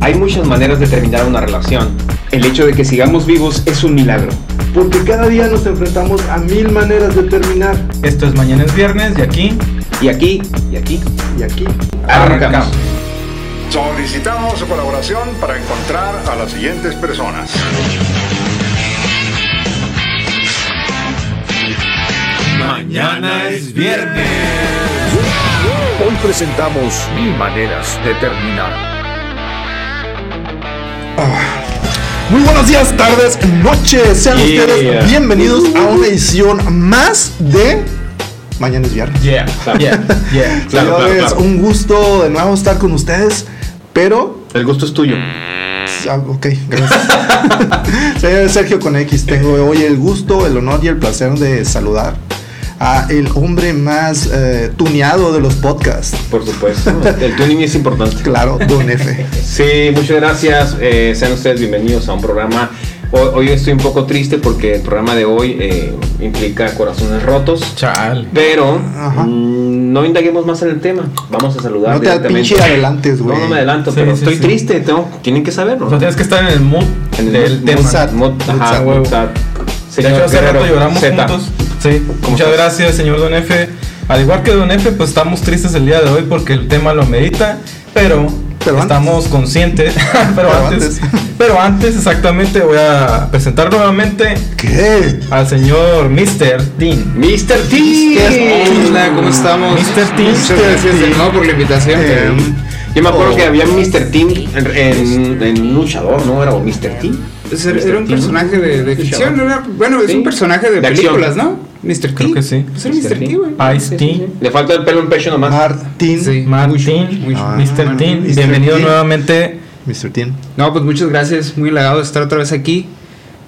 Hay muchas maneras de terminar una relación. El hecho de que sigamos vivos es un milagro. Porque cada día nos enfrentamos a mil maneras de terminar. Esto es Mañana es Viernes y aquí... Y aquí, y aquí, y aquí. arrancamos. Solicitamos su colaboración para encontrar a las siguientes personas. Mañana es viernes. Hoy presentamos Mil Maneras de Terminar. Muy buenos días, tardes, noches. Sean Yeah. ustedes bienvenidos a una edición más de Mañana es Viernes. Yeah, yeah, yeah. Claro, claro, Señores, claro. un gusto de nuevo estar con ustedes, pero. El gusto es tuyo. ah, ok, gracias. Señor Sergio con X, tengo hoy el gusto, el honor y el placer de saludar a el hombre más eh, tuneado de los podcasts. Por supuesto, el tuning es importante. Claro, Don F. Sí, muchas gracias. Eh, sean ustedes bienvenidos a un programa. Hoy, hoy estoy un poco triste porque el programa de hoy eh, implica corazones rotos. Chale. Pero Ajá. mm, no indaguemos más en el tema. Vamos a saludar No te directamente. pinche adelantes, güey. No, no me adelanto, Sí, pero sí, estoy sí. triste. Tengo, tienen que saberlo. O sea, tienes que estar en el mood En el del mood- tema. mood sad. mood- Mood ajá, sad. mood sad. De Señor hecho, hace Guerrero rato lloramos Z. juntos. Sí. ¿Cómo Muchas estás? gracias, señor Don Efe. Al igual que Don Efe, pues estamos tristes el día de hoy porque el tema lo medita, pero, Pero antes. estamos conscientes. pero, Pero antes, antes. pero antes, exactamente, voy a presentar nuevamente ¿Qué? al señor Mr. Dean. Mr. T. Hola, ¿cómo estamos? Mr. T. Muchas gracias de nuevo por la invitación. Eh, Em, Yo me acuerdo Oh. que había Mr. Team en, en- en un luchador, ¿no? Era o Mr. Team. Pues era, era un personaje de, de ficción, Chavo. era- bueno, es Sí. un personaje de, De acción. películas, ¿no? Mr. T. Creo que sí. Pues era Mr. T, güey. Ice T. Le falta el pelo en pecho nomás. Ah, Martín. Sí. Martín. mucho. Ah, Mr. Dean. Mr. Bienvenido Dean. nuevamente. Mr. Tin. No, pues muchas gracias, muy halagado de estar otra vez aquí.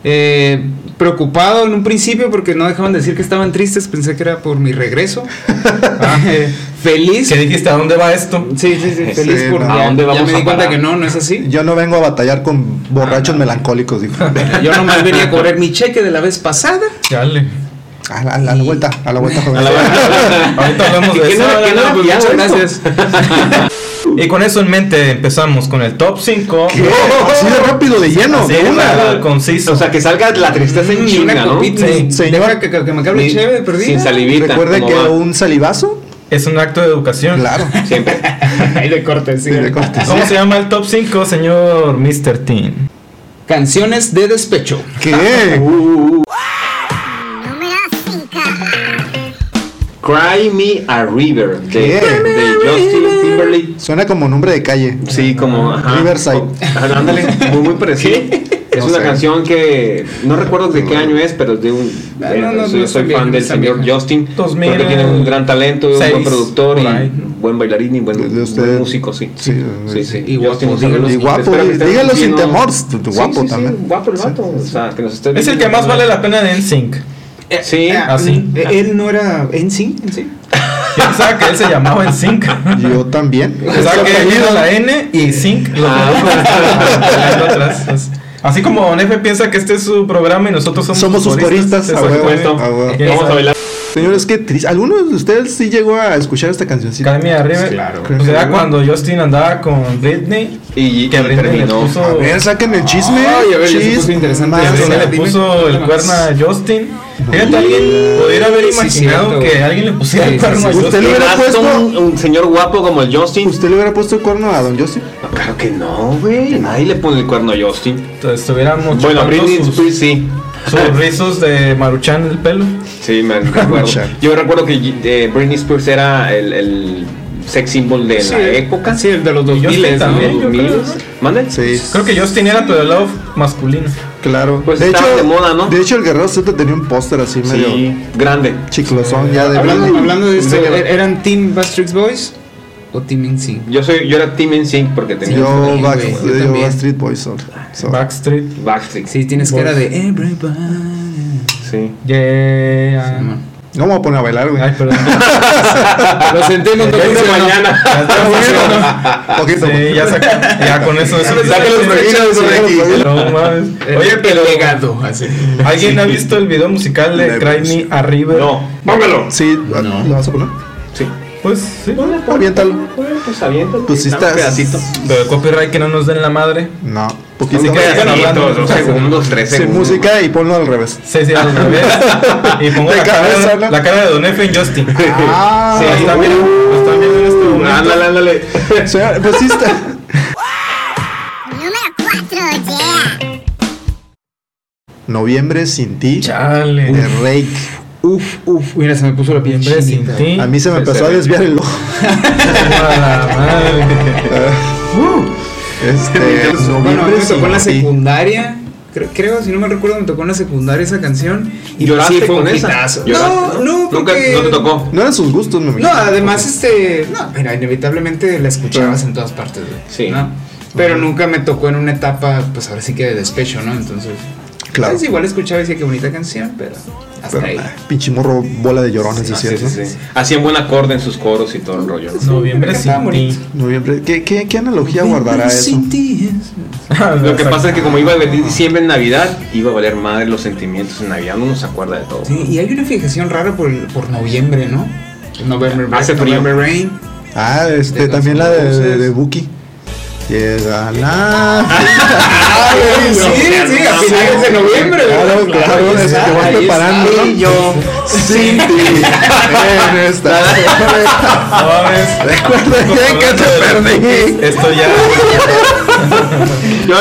Eh, preocupado en un principio porque no dejaban de decir que estaban tristes, pensé que era por mi regreso. Ah, eh, feliz. ¿Qué dijiste? ¿A dónde va esto? Sí, sí, sí, feliz Sí, por no. ¿A dónde Ya vamos me a di cuenta parar? que no, no es así. Yo no vengo a batallar con borrachos melancólicos, dijo. Yo nomás venía a cobrar mi cheque de la vez pasada. Chale. A la, a la vuelta, a la vuelta, joven. Ahorita hablamos de ¿Qué eso. Ah, no- qué no- pues, ya, muchas bueno. gracias. Y con eso en mente empezamos con el top 5. ¿Qué? Así de rápido, de lleno, Así, de claro, una. conciso. O sea, que salga la tristeza en Y chinga, Mm, una ¿no? copita. Sí. Deja que, que- que me acabe Sin- chévere, perdí. Sin salivita. Recuerde ¿cómo que va? un salivazo, es un acto de educación. claro. Siempre. Ahí de corte, sí. Sí, de cortes. ¿Cómo se llama el top 5, señor Mr. Teen? Canciones de despecho. ¿Qué? Cry Me a River de, ¿Qué? de Justin Timberlake. Suena como nombre de calle. Sí, como ajá. Ah, Riverside. Ajá, Ándale, muy, muy parecido. Es No una sé. canción que no recuerdo de qué año es, pero es de un. No, Ah, eh, no, no, soy, no es soy tan fan del vieja, no es tan señor vieja. Justin. 2000, Creo que tiene un gran talento, un buen seis, productor y por ahí. buen bailarín y buen, De- de buen usted. músico, sí. Sí, sí. Y guapo, Justin, dígalo espero sin- y guapo, espero que estés dígalo sin viendo- temor, Sí, guapo sí, sí, también. guapo el vato. O sea, que nos esté Es el viendo. que más vale la pena de NSYNC. Sí, Ah. así. eh, Él no era en sí, en sí. Yo pensaba que él se llamaba NSYNC. Yo también. Pensaba que él era la N y Sync. los Ah, dos estaban atrás. Así como Don F piensa que este es su programa y nosotros somos, pues, Somos sus coristas, se a huevo, supone. a huevo. ¿Quién Vamos a sabe? bailar. Señores, qué triste. ¿Alguno de ustedes sí llegó a escuchar esta cancioncita? Academia de River. Claro. Pues era cuando Justin andaba con Britney. Y, y Que Britney le terminó. puso. A ver, saquen el chisme. Ay, a ver, ya se Chis- puso interesante. madre. Ya Britney le Ah, Dime, puso el dime. cuerno a Justin. Fíjate, alguien pudiera haber Sí, sí, imaginado cierto. que alguien le pusiera Sí, el sí, cuerno a sí. Justin. Usted le ¿Qué hubiera más puesto. un, un señor guapo como el Justin? ¿Usted le hubiera puesto el cuerno a Don Joseph? No, claro que no, güey. Nadie le pone el cuerno a Justin. Entonces, estuviéramos Bueno, chupando Britney pues, sus, Spears sí. sus rizos de Maruchan en el pelo. Sí, me recuerdo. Yo recuerdo que eh, Britney Spears era el, el sex symbol de la época. Sí, el de los 2000 Justin s de también, los yo creo, 2000. ¿Mande? Sí. Creo que Justin era, pero el lado masculino. Claro. Pues estaba de moda, ¿no? De hecho, el Guerrero Z tenía un póster así medio Sí, grande. chiclosón ya de Hablando, Britney. hablando de esto, Sí, claro. ¿er- ¿eran Team Bastrix Boys o Team In Sync? Yo soy, yo era Team NSYNC porque tenía Yo, Sí, back, güey, yo yo también. Backstreet Boys. son- son- Backstreet. Backstreet. Sí. Sí, tienes que era de Everybody. Yeah. No me voy a poner a bailar, güey. Ay, perdón. Lo senté en un Ven de Ah, mañana. Ya está funcionando. Poquito. Sí, ya, saca- ya con eso. eso Saca los freguinos, güey. No mames. Eh, Oye, pero. pegado. Así. ¿Alguien ha visto el video musical de Le Cry puse. Me a River? No, póngalo. Sí, ¿lo vas a poner? Sí. Pues sí. Aviéntalo. Bueno, pues aviéntalo. Pues si Dame estás. un pedacito. Pero el copyright que no nos den la madre. No, Que poquito. se quede quede así, hablando todos dos los segundos, tres Sin segundos. música y ponlo al revés. Sí, sí, al revés. Y pongo De la, cabeza, cara, ¿no? la cara de Don F en Justin. Ah, Sí, está bien. Lo están viendo en este momento. Ándale, ándale. señor, pues sí está. Número 4, yeah. Noviembre sin ti. Chale. De Rake. Uf, uf, mira, se me puso la piel Hombre, sin chinita. ti. A mí se me Sí, sí. empezó a desviar el ojo. A la madre. Este, Bueno, a mí noviembre me tocó en la sin ti. secundaria. Creo, creo, si no me recuerdo, me tocó en la secundaria esa canción. ¿Y lloraste Sí, fue un con esa? hitazo. ¿Lloraste? No, no, Nunca, porque- no te tocó. No eran sus gustos, mi amigo. No, además, este. No, mira, inevitablemente la escuchabas en todas partes, güey. Sí. ¿no? Pero nunca me tocó en una etapa, pues ahora sí que de despecho, ¿no? Entonces. Claro. pues, igual escuchaba y decía qué bonita canción, pero eh, hasta Pero, ahí. ah, pinche morro, bola de llorones, Ah, es sí, cierto. sí, sí. Hacían buen acorde en sus coros y todo el rollo. ¿no? Noviembre sin ti. Noviembre. ¿Qué, qué, qué analogía guardará eso? Sin ti es- Lo que pasa es que como iba a venir diciembre en Navidad, iba a valer madre los sentimientos en Navidad, uno no se acuerda de todo. Sí, y hay una fijación rara por, el- por noviembre, ¿no? November, Hace frío. November Rain. Ah, este, De los también la de, de, dulces. de Buki. Llega la. Ah, sí, sí, a finales de noviembre, Claro, ¿verdad? claro, Ahí es que está, vas ahí está. preparando. Y yo. Sin ti. En esta. Recuerda bien que te perdí. Esto ya. Yo,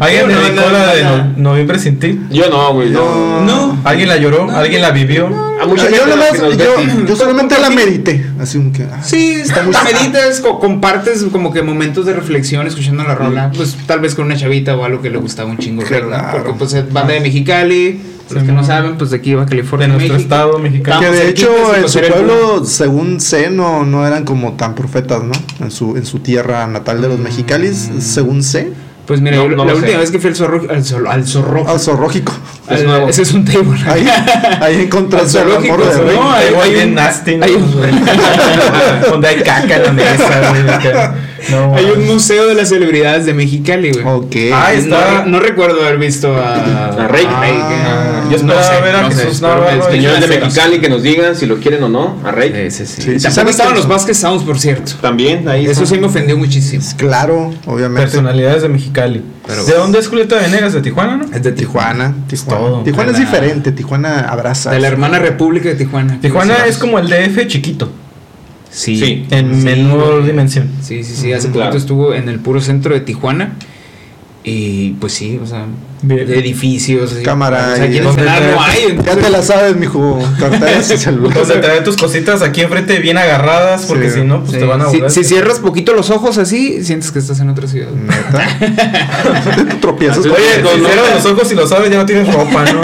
¿Alguien No, no, dedicó no, la de no. no- noviembre sin ti? no, güey. No. No. ¿Alguien la lloró? ¿Alguien la vivió? A mucha gente Yo, la nomás- que nos ve yo, yo solamente la medité. Así un que. ah, Sí, está muy meditas, co- compartes como que momentos de reflexión escuchando la rola, pues tal vez con una chavita o algo que le gustaba un chingo, Claro. ¿verdad? Porque pues es banda de Mexicali, los que no saben, pues de aquí va De California, nuestro México. estado mexicano. Que Vamos, de aquí que hecho se en su pasara el pueblo, según sé, no, no eran como tan profetas, ¿no? En su, en su tierra natal de los mexicalis, según sé, Pues mira, No, yo no la lo última sé. vez que fui al zorro, al zorro, al zorro, al zoológico. es nuevo. ese es un tema. Ahí, ahí encontraste al Zoológico, amor de zoológico. rey. No, hay- Igual hay bien un- nasty, ¿no? hay un- Donde hay caca en la mesa, güey, acá. No. Hay un museo de las celebridades de Mexicali, güey. Ok. Ah, está. No, no recuerdo haber visto a, A Rey. eh, Yo no esperaba sé, ver a no sé, Jesús espero Navarro que- y- Señores de Mexicali que nos digan si lo quieren o no, a Rey. Sí, sí, sí. Sí, sí, También sabes estaban que- los Vázquez Sounds, por cierto. También, ahí. Eso sí me ofendió muchísimo. Claro, obviamente. Personalidades de Mexicali. Pero- ¿De dónde es Julieta Venegas? ¿De Tijuana, no? Es de Tijuana, Tijuana. todo. Tijuana es De la- diferente, Tijuana abraza. De la hermana República de Tijuana. Tijuana es como el DF chiquito, Sí. Sí. Sí, en menor dimensión. sí, sí. Hace poquito Claro. estuvo en el puro centro de Tijuana. Y pues sí, o sea, Bien. de edificios. así. Cámara O sea, aquí y- en Ensenada no hay. Ya entonces- te la sabes, mijo. Carteras y celular. Entonces trae tus cositas aquí enfrente bien agarradas, porque Sí. si no, pues Sí. te van a Si- volar. si, cierras poquito los ojos así, sientes que estás en otra ciudad. Mm. Neta. Te tropiezas con- Oye, con- con cierras los ojos y lo sabes, ya no tienes ropa, ¿no?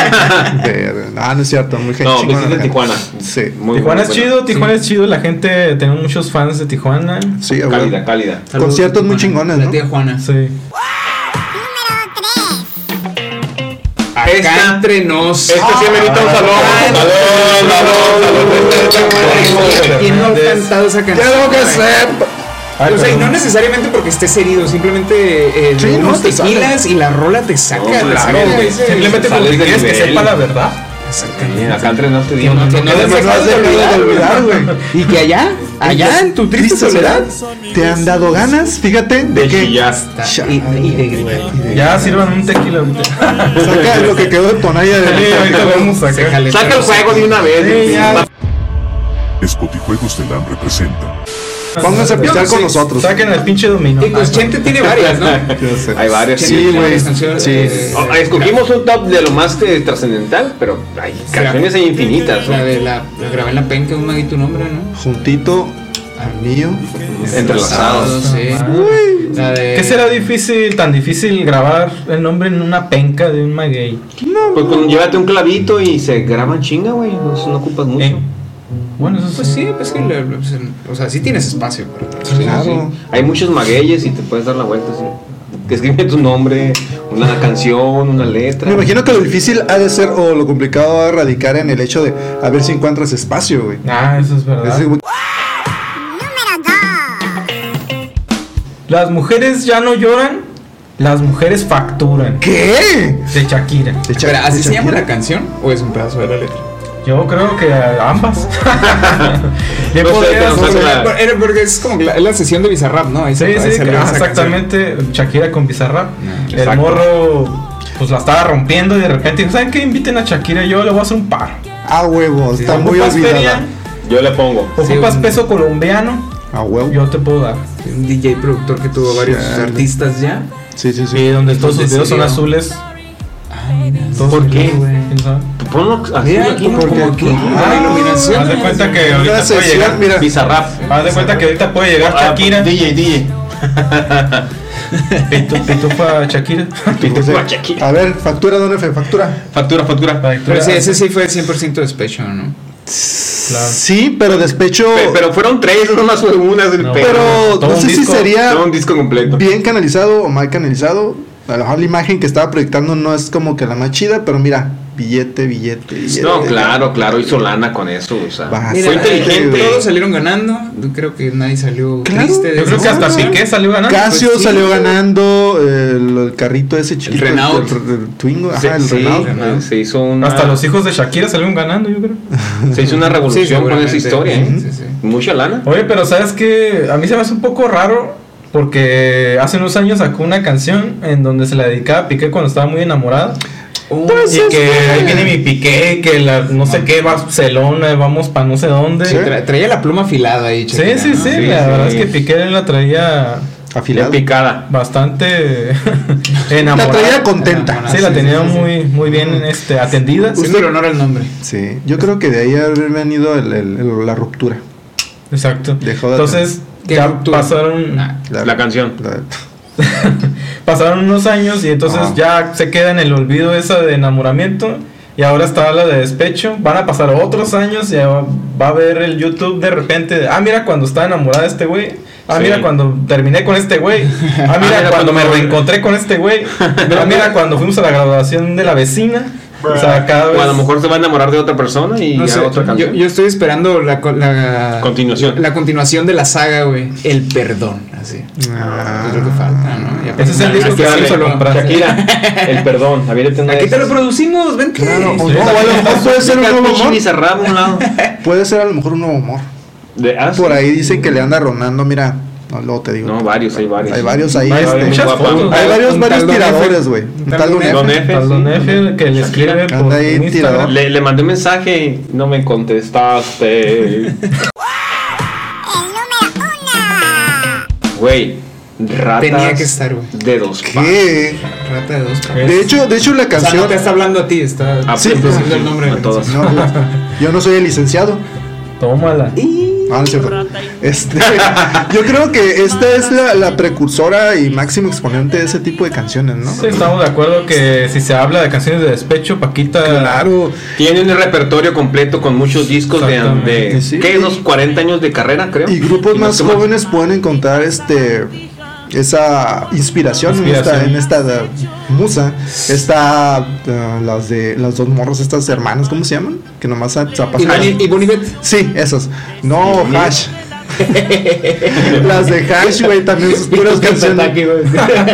Verga. Ah, no es cierto, muy No, chingona visiten la gente. Tijuana. Sí. Muy bueno, Tijuana es chido, Tijuana es chido, la gente, tenemos muchos fans de Tijuana. Sí, bueno. güey. Cálida, cálida. Saludos Conciertos a muy Tijuana. chingones, La ¿no? tía Juana. Sí. Número Acá Esta- entre nos. Este sí amerita un salón. Salón, salón, salón. ¿Quién no ha cantado esa canción? Quiero que sepa. Ay, O sea, y perdón. no necesariamente porque estés herido, simplemente eh, Sí, de no, unos te sale. tequilas y la rola te saca. No, te claro, saca de güey. ese- Simplemente porque Sales de quieres que nivel. sepa la verdad. Bien, Acá entrenaste Que no, que no Además, dejes has de olvidar, de olvidar, güey. Y que allá, allá en tu triste soledad, ¿Te han dado ganas? Fíjate, ¿de, De qué? chillar. y, y de gritar. Ya sirvan un tequila ahorita. Saca lo que quedó de Tonaya Sí, de ahorita vamos a sacar. Saca Pues, el juego de una vez. Spotijuegos del Hambre presenta. Pónganse a pistear Sí, con nosotros. Saquen el pinche dominó. Ah, Y pues Chente tiene varias, ¿no? Yo sé. Hay varias. Chente Sí, tiene güey, varias canciones, sí. eh, Oh, Escogimos un top de lo más eh, trascendental, pero hay canciones infinitas. ¿no? La de la, la grabé en la penca, un maguito tu nombre, ¿no? Juntito al mío. Entrelazados. Sí. La de- ¿Qué será difícil, tan difícil grabar el nombre en una penca de un maguey? Pues con, llévate un clavito y se graban chinga, güey. No, no ocupas mucho. Eh, Bueno, eso Pues sí, pues que, le- le- pues, el- o sea, sí tienes espacio. pues, para- Claro. Hay muchos magueyes y te puedes dar la vuelta así. Que escribe tu nombre, una canción, una letra. Me imagino que lo difícil ha de ser o lo complicado ha de radicar en el hecho de a ver si encuentras espacio, güey. Ah, eso es verdad. Ese güey- 2, Las mujeres ya no lloran, las mujeres facturan. ¿Qué? De Shakira. De Cha- Espera, ¿así de se llama Shakira. la canción? ¿O es un pedazo de la letra? Yo creo que a ambas. Ya No sé, podrías- pero, o sea, Era- Porque, es como la, es la sesión de Bizarrap, ¿no? Ahí Sí, se- ahí sí, salió ah, esa exactamente. Shakira con Bizarrap. El Exacto. morro pues la estaba rompiendo y de repente dijo, ¿saben qué? Inviten a Shakira, yo le voy a hacer un par. A Ah, huevo, está muy Ocupas feria, olvidada. Yo le pongo. ocupas un- peso colombiano, A Ah, huevo. yo te puedo dar. canción. Un DJ productor que tuvo varios Chale. artistas ya. Sí, sí, Y sí. donde todos sus ¿En dedos son serio? azules. Todos ¿Por sus qué? dedos, ¿Quién sabe? Pues, Ponlo así Mira, aquí, como, ¿no? como Como aquí. Ah, la iluminación. Haz de cuenta que Una ahorita puede sesión, llegar. mira. Bizarrap. Haz de cuenta que ahorita puede llegar Ah, Shakira. DJ, DJ. Pitu- Pitufa Shakira. A ver, factura, don F, factura. Factura, factura. Pero sí, ese sí fue 100% despecho, ¿no? Sí, pero despecho. Pe- Pero fueron tres, no más fue una. es el No, pedo. Pero Todo no un sé si disco, sería Todo un disco completo. bien canalizado o mal canalizado. A lo mejor la imagen que estaba proyectando no es como que la más chida, pero mira, billete, billete, billete. No, claro, claro, hizo lana con eso, o sea. Vas. Mira, eh, fue inteligente. Todos salieron ganando. Yo creo que nadie salió Claro. triste. de Yo creo esa que hasta situación. Piqué salió ganando. Casio Pues sí, salió pero- ganando el, el carrito ese chiquito. Renault. El, el Twingo, ajá, Se, el sí, Renault. Renault. se hizo una, Hasta los hijos de Shakira salieron ganando, yo creo. se hizo una Sí, revolución con esa seguramente. historia, ¿eh? Sí, sí. Mucha lana. Oye, pero sabes que a mí se me hace un poco raro porque hace unos años sacó una canción en donde se la dedicaba a Piqué cuando estaba muy enamorada. Uh, pues y que ahí viene mi Piqué, que la no Ah. sé qué, Barcelona, vamos para no sé dónde. Sí. Sí, Tra- traía la pluma afilada ahí, sí, Shakira, sí, ¿no? Sí, la sí. verdad es que Piqué la traía La Afilado. picada. bastante La enamorada. traía contenta. Enamorada. Sí, la Sí, tenía sí, sí, muy, muy bien este, atendida. Siempre honor al nombre. Sí, yo creo que de ahí haber venido el- el- el- la ruptura. Exacto. Dejó de Entonces, ¿Qué ya ruptura? Ah. pasaron. Nah. La canción. la- Pasaron unos años y entonces Ajá. ya se queda en el olvido esa de enamoramiento. Y ahora está la de despecho. Van a pasar otros años y va va a ver el YouTube de repente. Ah, mira cuando estaba enamorada de este güey. Ah, Sí. mira cuando terminé con este güey. Ah, mira cuando me reencontré con este güey. Ah, mira cuando fuimos a la graduación de la vecina. O sea, cada vez. O a lo mejor se va a enamorar de otra persona y No ya sé, otra yo, canción. yo estoy esperando la, co- la Continuación. La continuación de la saga, güey. El perdón, así. Ah. Es lo que falta, ¿no? Ya Ese es el pensaba- disco Hay que que darle, sí solo compraste. Este, Shakira, el perdón. Había de tener Aquí te lo esas. producimos, vente. Claro, o Sí. no, o a lo mejor puede ser un Pica nuevo pinche amor. Bizarrap a un lado. Puede ser a lo mejor un nuevo amor. De- ah, sí. Por ahí dicen que le anda rondando, mira. No, luego te digo. No, varios, hay varios. hay varios ahí. Hay este, muchas guapa. fotos. hay varios, Un varios tal Don tiradores, F. güey. Un Un tal tal Don Don F. F. Don F, Tal Don sí. F, que le escribe Anda por ahí Instagram. tirador. Le, le mandé un mensaje, no me contestaste. El número uno. Güey, ratas Tenía que estar, güey. de dos patas. ¿Qué? Rata de dos. patas. De hecho, de hecho la O sea, no canción. te está hablando a ti, está Ah, Sí, pues, pues, diciendo el nombre. de a la todos. No, yo no soy el licenciado. Tómala. Ah, no es cierto. Este, yo creo que esta es la, la precursora y máximo exponente de ese tipo de canciones, ¿no? Sí, estamos de acuerdo que si se habla de canciones de despecho, Paquita. Claro. Tiene un repertorio completo con muchos discos de, Exactamente, de- sí. ¿qué? Unos 40 años de carrera, creo. Y grupos más que jóvenes pueden encontrar este esa inspiración, Inspiración. en esta, en esta eh, musa. Está eh, las de las dos morros, estas hermanas, ¿cómo se llaman? Que nomás se se Y, apasionan. Boni- y Bonibet. Sí, esas. No, Hash. las de Hash, güey, también sus puras canciones.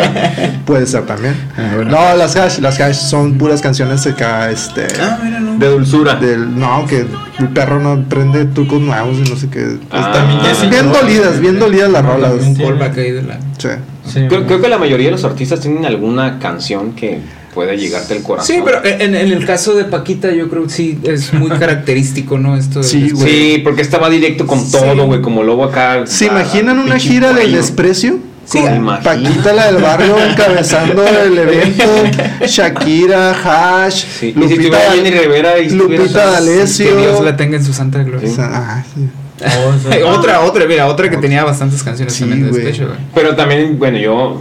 Puede ser también. Ah, No, las Hash, las Hash son puras canciones acá, este. Ah, mira, no. De dulzura. Del, no, que el perro no aprende trucos nuevos y no sé qué. Ah. Están bien dolidas, bien dolidas las rolas. También Callback ahí de la. Sí. Sí, creo, creo que la mayoría de los artistas tienen alguna canción que puede llegarte al corazón. Sí, pero en, en el caso de Paquita, yo creo que sí es muy característico, ¿no? Esto de Sí, güey. Sí, porque esta va directo con todo, güey, como lobo acá. ¿Se a- imaginan a- una Ah, pinche gira del cuello? desprecio? Sí, Con imagino. Paquita la del barrio encabezando el evento, Shakira, Hash, Sí, y si Lupita, estuviera Jenny Rivera y estuviera- Lupita D'Alessio. Que Dios la tenga en su santa gloria. O sea, ah, sí. Oh, sí. Ay, otra, otra, mira, otra que tenía bastantes canciones Sí, también de güey. despecho, güey. Pero también, bueno, yo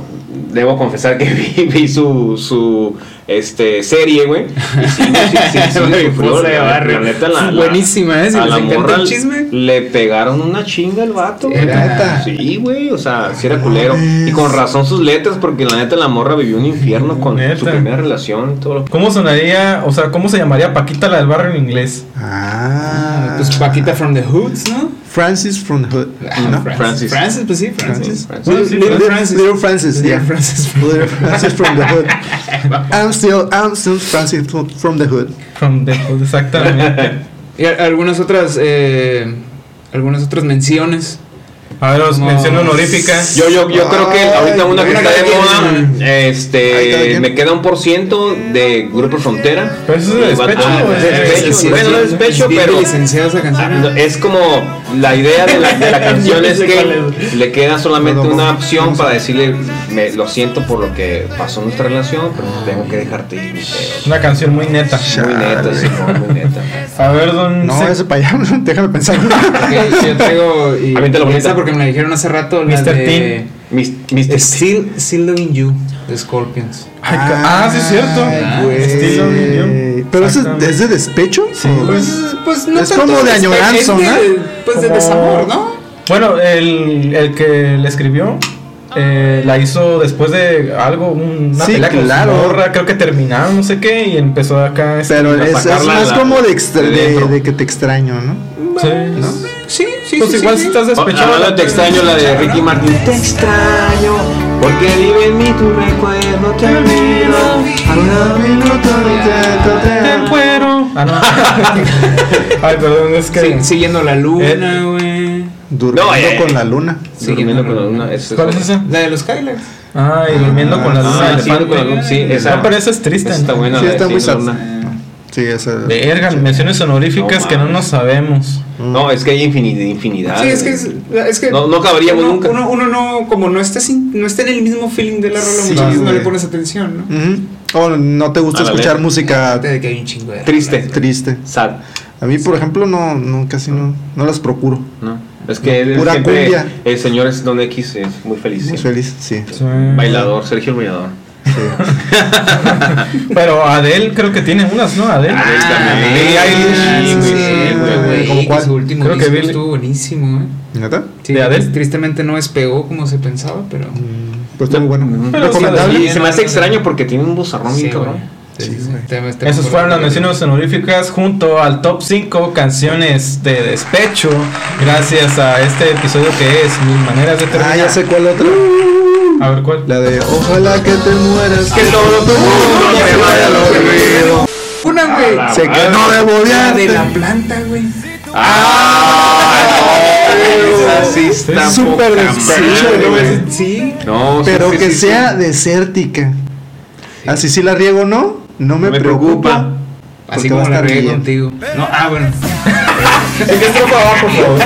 debo confesar que vi, vi su, su este, serie, güey. Y sí, güey, sí, sí, sí, Güey, le sufrió, pues, güey, de la barrio. neta, la- la- Buenísima, ¿eh? Si a les la encanta el morra chisme. Le pegaron una chinga al vato, güey. Era- Neta. Sí, güey, o sea, sí era culero. Y con razón sus letras, porque la neta la morra vivió un infierno con su Neta. primera relación. Todo lo- ¿Cómo sonaría, o sea, cómo se llamaría Paquita la del barrio en inglés? Ah, Pues Paquita from the Hoods, ¿no? Francis from the Hood. ¿no? Fran- Francis. Ah, Francis, pues sí, Francis. Francis. Little, little Little Francis. Little Francis, Little yeah. Francis. Little Francis from the Hood. I'm still, I'm still Francis from the Hood. From the Hood, exactamente. Y a- algunas otras, eh, algunas otras menciones. A ver, os No. mención honorífica. Yo, yo, yo creo que ahorita una que Ay, está de cada moda, quien. Ay, cada este, quien. me queda un por ciento de Grupo Frontera. Pero eso es Y despecho, Bat- güey. Ah, despecho. Sí, sí, Bueno, sí, no es sí. despecho, bien pero licenciada esa ah, canción. no, es como la idea de la, de la canción es que le queda solamente Perdón, una no, opción no, para decirle, me, lo siento por lo que pasó en nuestra relación, pero tengo que dejarte ir. mi pedo". Una canción muy neta. Muy neta, sí, muy neta. A ver, don. No, Se- ese para allá, déjame pensar. Ok, yo traigo y, Aviéntalo, y bonita. esa porque me la dijeron hace rato. la Mr. de- Mis- mis- Still, still loving you, de Scorpions. Ay, ca- ah, sí, es cierto. Ay, güey. Estilo Minion. Pero ese Exactamente. es de despecho. Sí, ¿O? pues. Pues no Es tanto como de despe- añoranza, es de- ¿no? Pues de de Como- desamor, desamor, ¿no? ¿no? Bueno, el, el que la escribió eh, la hizo después de algo, una Sí, pelea con su claro. morra, creo que terminaron, no sé qué, y empezó acá. este, Pero a es, es sacarla más la- como de, extra- de de- dentro. de que te extraño, ¿no? Sí, Sí, sí, Pues sí, igual sí, si sí. estás despechado. Hablando de Ah, te extraño, la de Ricky Martin. Te extraño, porque vive en mí tu recuerdo, te olvido. Te cuero. Ah, no. Ay, perdón, es que. Sí, siguiendo la luna, güey. Durmiendo No, eh. con la luna. Sí, Durmiendo con la luna. es- ¿Cuál es esa? La de los Kylax. Ay, durmiendo con la Ah, luna. sí, con la luna, sí, esa. No, pero esa es triste. Esa está buena. sí, la de está muy sad. Siguiendo la luna. Sí, esa. Verga, menciones honoríficas No que no mames. nos sabemos. Mm. No, es que hay infinidad. infinidad Sí, es que, es, es que Ah, No- no acabaríamos uno- nunca. Uno, uno no, como no está, sin- no está en el mismo feeling de la rola, Sí, muchas veces no güey. le pones atención, ¿no? Ujú. O no te gusta A la escuchar vez. música Aparte de que hay un chingo de Triste. triste. Sad. A mí, por ejemplo, no, no casi no, no las procuro. ¿no? Es que él Pura siempre- cumbia. el señor es Don X, es muy feliz. Muy siempre. feliz, sí. Sí. Bailador, Sergio el Bailador. Pero Adele creo que tiene unas, ¿no? Adele. Ah, Adele también. Billie Eilish. Sí, güey, sí, sí, güey, güey. güey. ¿Cómo ¿Cómo cuál? Su último Creo que disco vi- estuvo buenísimo, ¿eh? ¿Neta? Sí, ¿De Adele? tristemente no despegó como se pensaba, pero... Mm. Pues está muy bueno. Pero ¿Recomendable? Y se me hace extraño porque tiene un bozarrón Ah, bien Sí, cabrón. güey. Sí, sí, sí. Te- te- Esas te- fueron las menciones honoríficas junto al top 5 canciones de despecho. Gracias a este episodio que es Mil Maneras de Terminar. Ah, ya sé cuál otra. A ver cuál. La de Ojalá que te mueras. Que todo tu mundo me vaya a lo olvido. Una, güey. Se quedó de La bodear. de la planta, güey. Ah, no, sí está Es súper poca despecho, madre, güey. güey. Sí. No, sí, Pero sí, que sí, sí. sea desértica. Así si la riego o no, no me, me preocupa. preocupa. Porque Así va a como la estar regué bien. contigo. No, ah, bueno.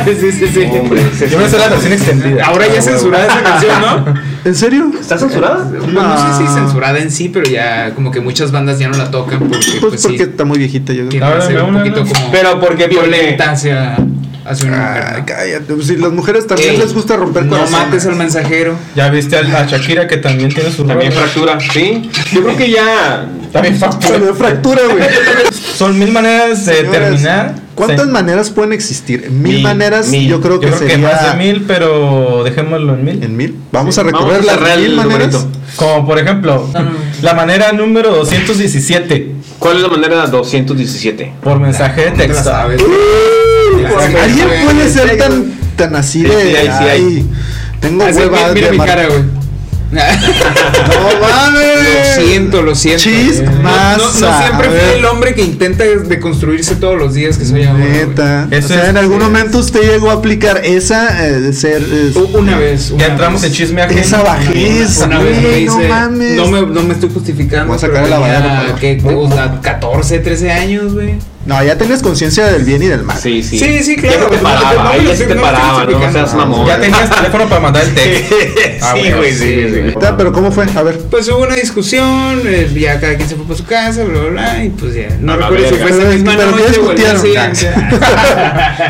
Sí, sí, sí. Hombre, sí, Yo me sé la versión extendida. Ahora Ah, ya censurada esa canción, ¿no? ¿En serio? ¿Está censurada? Pues No sé Ah. si censurada en sí, pero ya como que muchas bandas ya no la tocan porque Pues, pues, sí, porque está muy viejita yo creo. tiende Ahora a ser me un unen, poquito ¿no? como Pero porque violé. violenta hacia, hacia una Ah, mujer. ¿no? cállate. Pues, si las mujeres también Ey, les gusta romper No corazones. mates al mensajero. Ya viste al- a Shakira que también tiene su También rola. fractura, sí. Yo creo que ya. También Se me factura. dio fractura, güey. Son mil maneras de Señores, terminar. ¿Cuántas Sí. maneras pueden existir? Mil, Mil, maneras, mil. yo creo Yo que creo que sería más de mil, pero dejémoslo en mil. en mil. Vamos a Vamos a recorrer las cerrar mil el maneras. numerito. Como por ejemplo, la manera número 217 ¿Cuál es la manera 217? por mensaje de Te la texto. sabes. ¿Alguien güey, puede ser güey. tan, tan así Sí, de sí hay, sí hay. ay, tengo Así, hueva Ah, mira- mira de mi mar- cara, güey. No mames. Lo siento, lo siento. Chis, No- no, más. no siempre fui el hombre que intenta deconstruirse todos los días que soy ahora. güey. Neta. Eso o sea, es- en algún momento usted llegó a aplicar esa eh, de ser eh, U- Una vez. una Ya entramos vez. en chisme ajeno. esa bajeza. Una vez me güey, no hice- mames. no me, no me estoy justificando. Voy a sacar pero a la tenía, ballena, papá. ¿qué te gusta? 14, 13 años, güey. No, ya tenías conciencia del bien y del mal. Sí, sí. Sí, sí, claro. Ya te No, no, paraba, ahí no, ya se no, te no, paraba, estoy no explicando. seas mamón. Ya tenías teléfono para mandar el texto. Ah, Sí, bueno, güey, sí, sí, sí. Ahorita, Pero ¿cómo fue? A ver. Pues hubo una discusión, eh, ya cada quien se fue para su casa, bla, bla, bla, y pues ya. No A la recuerdo si verga. fue esa Pero- misma pero noche o el día discutieron. siguiente.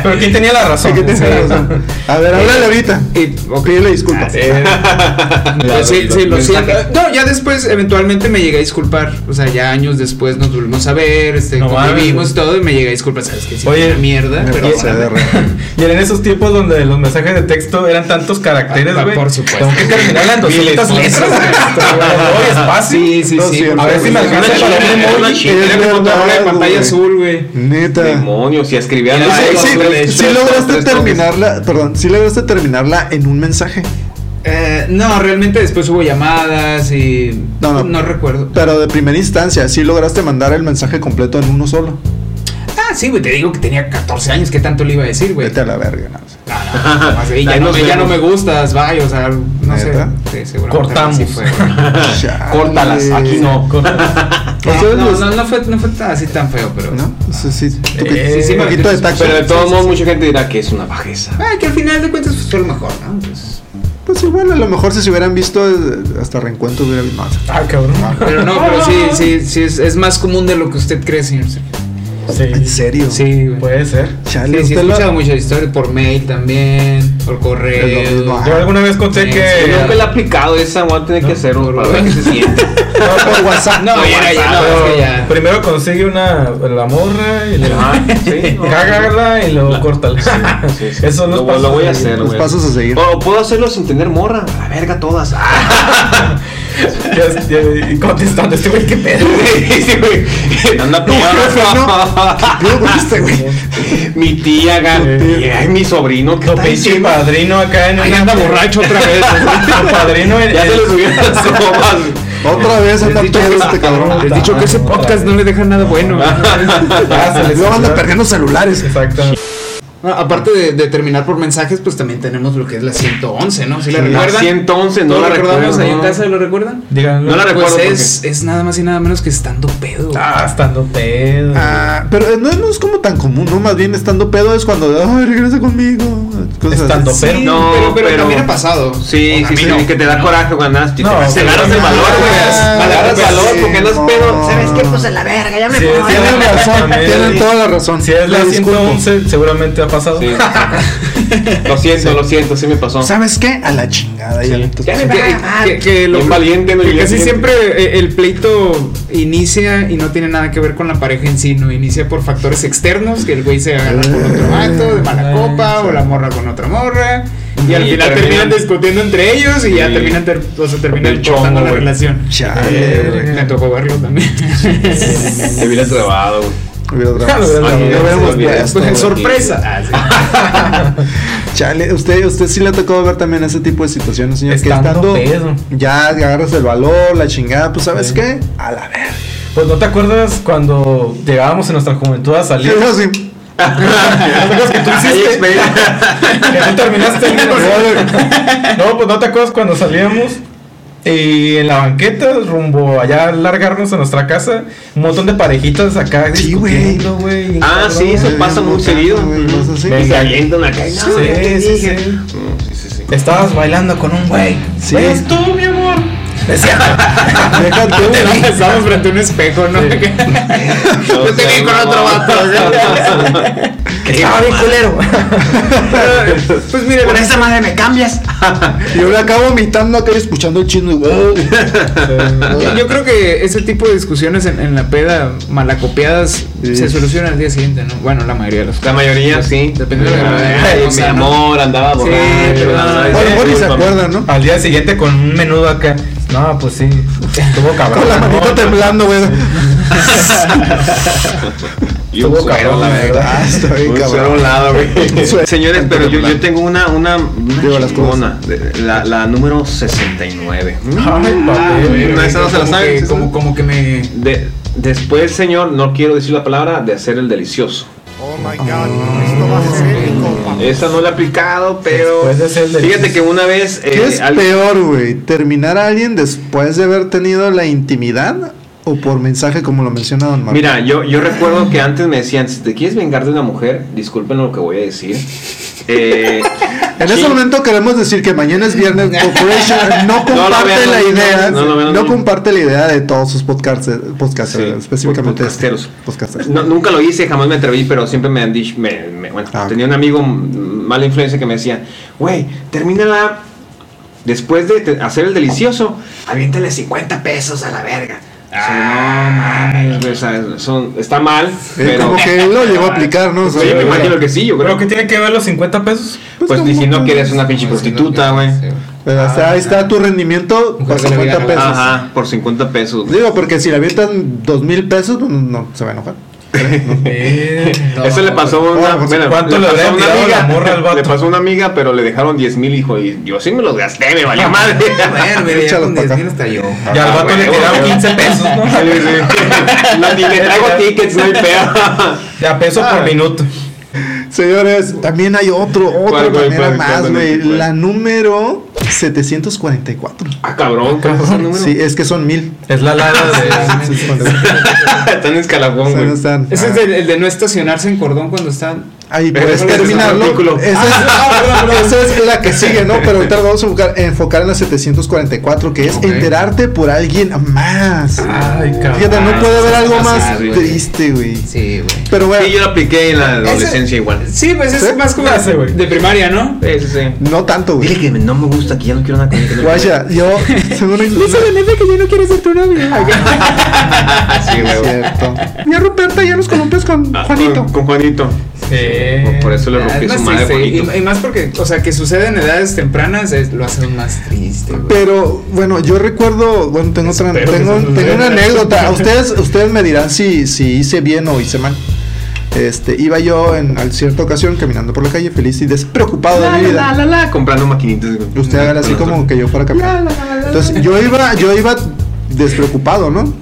Pero ¿quién tenía la razón? ¿Qué tienes Sí. razón? A ver, háblale ahorita. Y, O pídele disculpas. Pues sí, sí, lo siento. mensaje. No, ya después, eventualmente me llegué a disculpar. O sea, ya años después nos volvimos a ver, este, No mames, convivimos güey. todo y me llegué a disculpar. Sabes que sí, Oye, una mierda, me pero. pasé de re- Y en esos tiempos donde los mensajes de texto eran tantos caracteres, Ah, güey. por supuesto. Tengo que terminar las 200 letras, güey. Voy espacio. Sí, sí, No sí. siempre, A ver si me güey. alcanza Una para chingada, un emoji. una chingada, Tenía que güey. ponerle de pantalla azul, güey. Neta. Demonios, si escribían Mira, ahí, Sí, dos, sí, tres, sí tres, lograste tres toques. terminarla, perdón, sí lograste terminarla en un mensaje, Eh, no, realmente después hubo llamadas y. No, No, no. recuerdo. pero de primera instancia sí lograste mandar el mensaje completo en uno solo. Ah, sí, güey, te digo que tenía 14 años, ¿qué tanto le iba a decir, güey? Vete a la verga, no sé. No, no, no, nomás, "Ey, ya, Ahí no nos me, ya no vemos". me gustas, bye, o sea, no sé. ¿Neta? Sí, seguramente Cortamos. así fue, güey. Chale. Córtalas, aquí no. No, Ustedes no, los- no, no fue, no fue tan- así tan feo, pero. ¿No? Sí, sí. tú que- sí, sí, un poquito de tacto. Pero de todos modos, mucha gente dirá que es una bajeza. Ah, que al final de cuentas pues, fue lo mejor, ¿no? Pues, Pues igual, a lo mejor si se hubieran visto, eh, hasta reencuentro hubiera habido. No, Ah, cabrón. pero no, pero sí, sí, sí, es, es más común de lo que usted cree, señor Sergio. ¿En Sí, pues. serio? Sí, güey. puede ser. Chale, sí, sí, he usted lo- escuchado muchas historias por mail también, por Es lo correo. mismo. Yo alguna vez conté Sí, Yo nunca le he que. aplicado esa, voy a tener que hacer un por- para ver qué se siente. No, por WhatsApp. No, ya era ya, no, es que ya. pues, Pero primero consigue una la morra y le Ah, sí. cágala y luego córtala. Sí, sí. Eso no lo, lo voy a hacer. Los güey. pasos a seguir. O puedo hacerlo sin tener morra. A la verga todas. Ah. Ya- ya- y contestando este güey, qué pedo. Sí, güey. Anda tomando. ¿Qué pedo con este, güey? Mi tía, gan- Sí. Ay, mi sobrino. ¿qué Tu está pinche diciendo? padrino acá en Ay, una- anda borracho otra vez. Tu padrino en- ya se le subieron las sopas. Otra vez anda pedo este cabrón. Les he dicho que ese podcast no le deja nada bueno. Ah, se les- Luego anda perdiendo celulares. Exactamente. No, aparte de, de terminar por mensajes, pues también tenemos lo que es la 111, ¿no? ¿Sí la La recuerdan? 111, no ¿Todos la recordamos recuerdo. ahí en no. casa? ¿Lo recuerdan? Díganlo. No la recuerdo. Pues porque- es, es nada más y nada menos que estando pedo. güey. Ah, estando pedo. Ah, pero eh, no, no es como tan común, ¿no? Más bien estando pedo es cuando, ay, regresa conmigo. Cosas Estando así. pedo. No, pero, pero, pero- también ha pasado. Sí, Con sí, sí, amigos. que te da coraje cuando andas. No, te pero- agarras el valor, Ah, güey. Agarras pues valor sí, porque no es no. pedo. ¿Sabes qué? Pues Sí, sí, Tienen sí. razón, tienen toda la razón. Si es la Me disculpo. 111, seguramente ha pasado. Sí. Lo siento, lo siento, sí me pasó. ¿Sabes qué? A la chingada. ya le- Ya me- Que, que- que lo- Bien valiente, ¿no? que Bien casi valiente. siempre eh, el pleito inicia y no tiene nada que ver con la pareja en sí, no inicia por factores externos, que el güey se agarra con otro vato, de mala copa, o la morra con otra morra, y al Y final terminan- terminan discutiendo entre ellos y ya Sí. terminan, ter- o sea, terminan El chongo, cortando la güey. relación. Eh, Chale, güey. Me tocó verlo también. Te hubieras grabado, güey. Hubiera otra Ya lo vez. hubiera Ay, grabado. lo hubiéramos Sí, lo hubiera. puesto, güey. Sorpresa. Chale, usted, usted sí le ha tocado ver también ese tipo de situaciones, señor. Estando que estando pedo. ya agarras el valor, la chingada, pues ¿sabes Sí. qué? A la verga. Pues no te acuerdas cuando llegábamos en nuestra juventud a Y salir. es así. que tú hiciste. Ahí experimenta- Que tú terminaste en el- No, pues no te acuerdas cuando salíamos y en la banqueta rumbo allá a largarnos a nuestra casa, un montón de parejitas acá Sí, discutiendo, güey. Ah, sí, eso güey, pasa muy acá, seguido. güey, cosas así. Y se avientan acá. y no, Sí, ya te sí, dije. sí. Mm, sí, sí, sí. Estabas bailando con un güey. Sí. ¿Eres tú, mi amor? Deja Ah, tú. Estamos frente a un espejo, ¿no? Yo te vi con otro vato. Que estaba bien culero. Pues mire, la- madre me cambias. Y yo le acabo vomitando acá y escuchando el chino. y, güey. yo, yo creo que ese tipo de discusiones en, en la peda malacopiadas Sí. se solucionan al día siguiente, ¿no? Bueno, la mayoría de los La mayoría sí. Depende de la gravedad. Ay, O Mi sea, ¿no? amor, andaba Sí, borracho. pero- ay, A lo mejor ni se discúlpame. acuerdan, ¿no? Al día siguiente con un menudo acá. No, pues sí. Estuvo cabrón. Con la ¿no? manita temblando, güey. Y un Estuvo suero, cabrón, la la verdad. Ah, está bien, Un suero a cabrón. un lado, güey. Suero. Señores, pero yo, yo tengo una, una, una Digo, las chingona, de- la, la número 69. Ah, Ay, papi. No, esa no se la Como saben, que- esa Como, no. como que me. De- después, señor, no quiero decir la palabra, de hacer el delicioso. Esa no la he aplicado, pero. Después de hacer el Fíjate delicioso. que una vez. eh, ¿Qué es al- peor, güey? ¿Terminar a alguien después de haber tenido la intimidad o por mensaje como lo menciona Don Marco? Mira, yo, yo recuerdo que antes me decían, si te quieres vengar de una mujer, disculpen lo que voy a decir. Eh, En ese sí. momento queremos decir que mañana es viernes. Corporation no No lo comparte vean, la no, idea. no, no lo vean, No no. comparte la idea de todos sus podcasts, podcasts Sí, Eh, específicamente. este, podcasteros. Podcasteros. No, nunca lo hice, jamás me atreví, pero siempre me han dicho, me- me- bueno, Ah. tenía un amigo mm, mala influencia que me decía, güey, termínala después de te- hacer el delicioso, aviéntale 50 pesos a la verga. O sea, no mames, o sea, son- está mal, Eh, pero como que él lo llevó a aplicar, ¿no? O sea, Pues yo me imagino que sí, yo creo ¿Pero qué tiene que ver los 50 pesos? pues, como diciendo que- que eres una pinche prostituta, güey. Pero, o sea, ahí está tu rendimiento por Mujer que le 50 digan, pesos. Ajá, por 50 pesos. Digo, porque si le avientan 2 mil pesos, pues, no, se va a enojar. Eso le pasó a una, Oh, pues, bueno, ¿cuánto le le pasó a habrá una tirado la amiga. morra al vato? Le pasó a una amiga, pero le dejaron 10 mil, hijo. Y yo sí me los gasté, me valió madre. Bueno, güey, ya Échalos con pa' 10 acá. mil hasta yo. Y al Ah, vato le huevo, tiraron huevo. 15 pesos, ¿no? Sí, sí. No, ni le traigo tickets, no hay pedo. Ya peso Ah. por minuto. Señores, también hay otro, otra ¿Cuál, güey? manera ¿Cuál, más, cuál, güey. cuál? La número 744. Ah, cabrón, ¿cuál es el número? Sí, es que son mil. Es la lana de. O Está en escalafón, sea, güey. no están. Ah. Ese es el, el de no estacionarse en cordón cuando están. Ahí Pero puedes ese es otro terminarlo. artículo. Esa es, ah, perdón, perdón, esa es la que sigue, ¿no? Pero ahorita nos vamos a enfocar, enfocar en la 744, que es Ok. enterarte por alguien más. Ah, Ay, Fíjate, cabrón. no puede haber algo más güey. triste, güey. Sí, güey. Pero bueno, Sí, yo lo apliqué en la adolescencia igual. Sí, pues es ¿Sí? más como Clase, güey. de primaria, ¿no? Sí, sí, sí. no tanto, güey. que no me gusta, que ya no quiero nada con él. que no me Guaya, yo. Según el- neta que yo no quiero ser tu novio. gusta. Sí, güey. Cierto. Ya Ruperta ya nos columpios con Ah, Con, con Juanito. Sí. Por eso le Ah, rompí su madre, Juanito. y, y más porque, o sea, que sucede en edades tempranas es- lo hace aún más triste, güey. Pero bueno, yo recuerdo, bueno, tengo otra, tengo, tengo una anécdota. Ustedes, ustedes me dirán si, si hice bien o hice mal. Este, iba yo en a cierta ocasión caminando por la calle feliz y despreocupado de mi vida. La, la, la, la, comprando maquinitas. güey. Usted haga así Con otro. como que yo fuera capitán. Entonces yo iba, yo iba despreocupado, ¿no?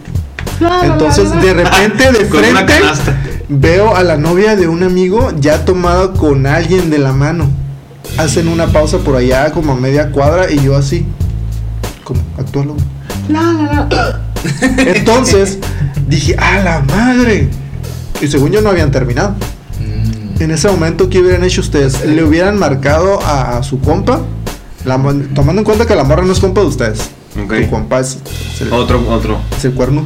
Entonces de repente de Con una frente canasta. veo a la novia de un amigo ya tomada con alguien de la mano. Hacen una pausa por allá como a media cuadra y yo así, como actuólogo. Entonces dije, a la madre. Y según yo no habían terminado. Mm. En ese momento, ¿qué hubieran hecho ustedes? ¿Le hubieran marcado a, a su compa? La mo- tomando en cuenta que la morra no es compa de ustedes. Ok. Tu compa es, es el, Otro, otro. es el cuerno.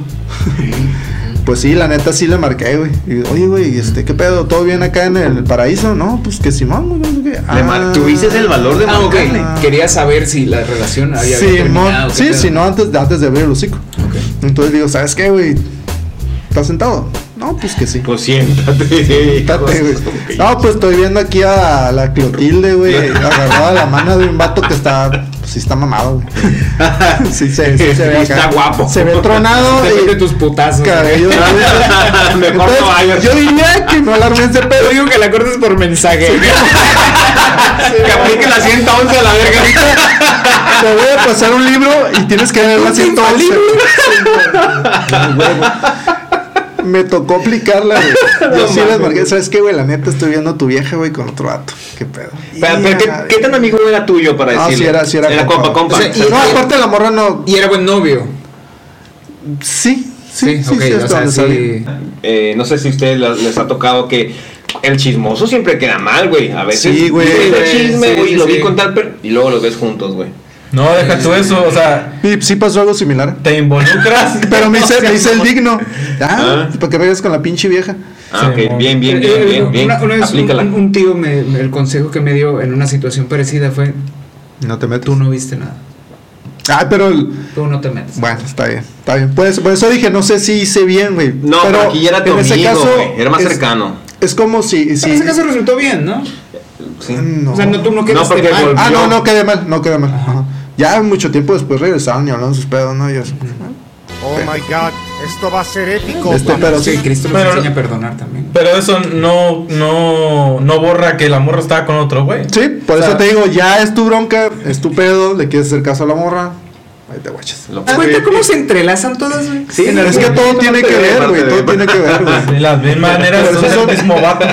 pues sí, la neta sí le marqué, güey. Y, Oye, güey, este, ¿qué pedo? ¿Todo bien acá en el paraíso? No, pues que Simón, güey. no sé qué. Le mar- Tuviste el valor de Ah, ok. marcarle. Quería saber si la relación había Sí, mon- terminado. qué sí, pedo. sí, no, antes, de- antes de abrir el hocico. Entonces digo, ¿sabes qué, güey? ¿Estás sentado? No, pues que sí. Pues siéntate. Quítate, güey. Ok. No, pues estoy viendo aquí a la Clotilde, güey, agarrada a la mano de un vato que está. Pues sí, está mamado, güey. Sí, se, sí se ve acá. Está guapo. Se ve tronado Después de y. tus putazos. Cabello. Mejor Entonces, no vayas. Yo diría que no alarme ese Yo pedo. digo que la cortes por mensaje. Que aplique la 111 a la verga. Te voy a pasar un libro y tienes que verlo así todo. Me tocó aplicarla, güey. Yo sí las marqué. ¿Sabes qué, güey? La neta, estoy viendo a tu vieja, güey, con otro vato. ¿Qué pedo? Pero, pero Ya, ¿qué, ¿qué tan amigo era tuyo para No, decirle? Ah, sí era, sí era compa, compa. compa. O sea, y- No, aparte la morra no. Y era buen novio. Sí, sí, sí, sí, ok, o hasta sea, donde sabía. sí. Eh, no sé si a ustedes la- les ha tocado que el chismoso siempre queda mal, güey. A veces. Sí, güey. dices el Sí, chisme, güey, sí, lo vi sí. con tal, per- y luego los ves juntos, güey. No, deja tú eso. O sea, Y sí pasó algo similar. te involucras. Pero me hice, No me hice el seas digno. Ah, Ah. ¿para qué regresas con la pinche vieja? Ah, Sí, ok, mon. bien, bien, Eh, bien, bien, bien. Una, una vez un, Aplícala. un- un tío, me, me- el consejo que me dio en una situación parecida fue: No te tú meto no viste nada. Ah, pero. el- Tú no te metes. Bueno, está bien, está bien. Por eso, por eso dije, no sé si hice bien, güey. No, pero, aquí ya era tu en ese amigo, caso, güey, Era más es- cercano. Es como si. si En ese caso resultó bien, ¿no? Sí. no. O sea, no, tú no quedaste porque mal. volvió. Ah, no, no quedé mal, no quedé mal. Ajá. Ya mucho tiempo después regresaron y hablaron sus pedos, ¿no? Yo, Oh my god, esto va a ser épico. este, pero sí. Sí, Cristo nos Pero- enseña a perdonar también. Pero eso no, no, no borra que la morra estaba con otro güey. Sí, por O eso sea, te digo, ya es tu bronca, es tu pedo, le quieres hacer caso a la morra, ahí te guachas. Lo- ¿Te das cuenta Ah, cómo se entrelazan todas, güey? Sí, En Es algún- que todo tiene que ver, parte güey, de- todo tiene que ver, güey. Ah, De las mismas maneras Pero son eso el son- mismo vato.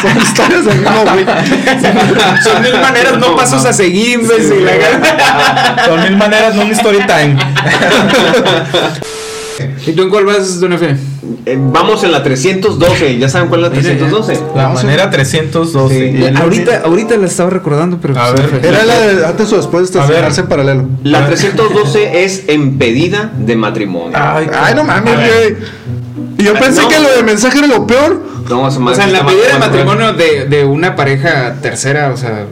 Son historias del mismo, güey. Son mil maneras, no pasos a seguir, güey. si la Son mil maneras, no un story time. ¿Y tú en cuál vas, don Efe? Eh, Vamos en la 312. ¿Ya saben cuál es la 312? La manera 312. Sí. Ahorita, ahorita la estaba recordando, pero. A se ver, me fue. Era la de antes o después de A ver. estacionarse en paralelo. La 312 es empedida de matrimonio. Ay, no mames, güey. Y yo Ah, pensé no. que lo de mensaje era lo peor. No, su O madre, sea, en la está pedida de mal- matrimonio de, de una pareja tercera, o sea.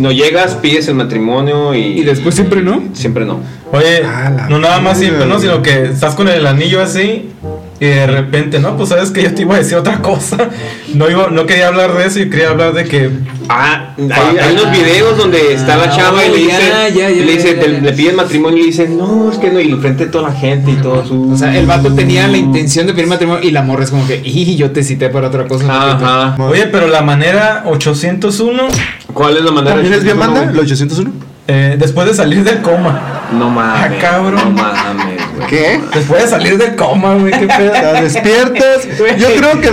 No llegas, pides el matrimonio y. ¿Y después siempre no? Siempre no. Oye, Ah, la no nada más madre, siempre, ¿no? güey. Sino que estás con el anillo así Y de repente, no, pues sabes que yo te iba a decir otra cosa. No, iba, no quería hablar de eso, yo quería hablar de que Ah, hay, hay unos videos donde está la chava y le oh, dice, ya, ya, ya, le, dice ya, ya, te- ya. le piden matrimonio y le dice, no, es que no, y enfrente de toda la gente y todo su... O sea, el vato tenía la intención de pedir matrimonio y la morra es como que, y yo te cité para otra cosa. Ajá. Oye, pero la manera 801, ¿Cuál es la manera? ¿También es bien banda? güey? ¿La 801? eh, después de salir del coma. No mames. Ah, cabrón. No mames, güey. ¿Qué? Después de salir del coma, güey, qué pedo. ¿Las despiertas? Yo creo que.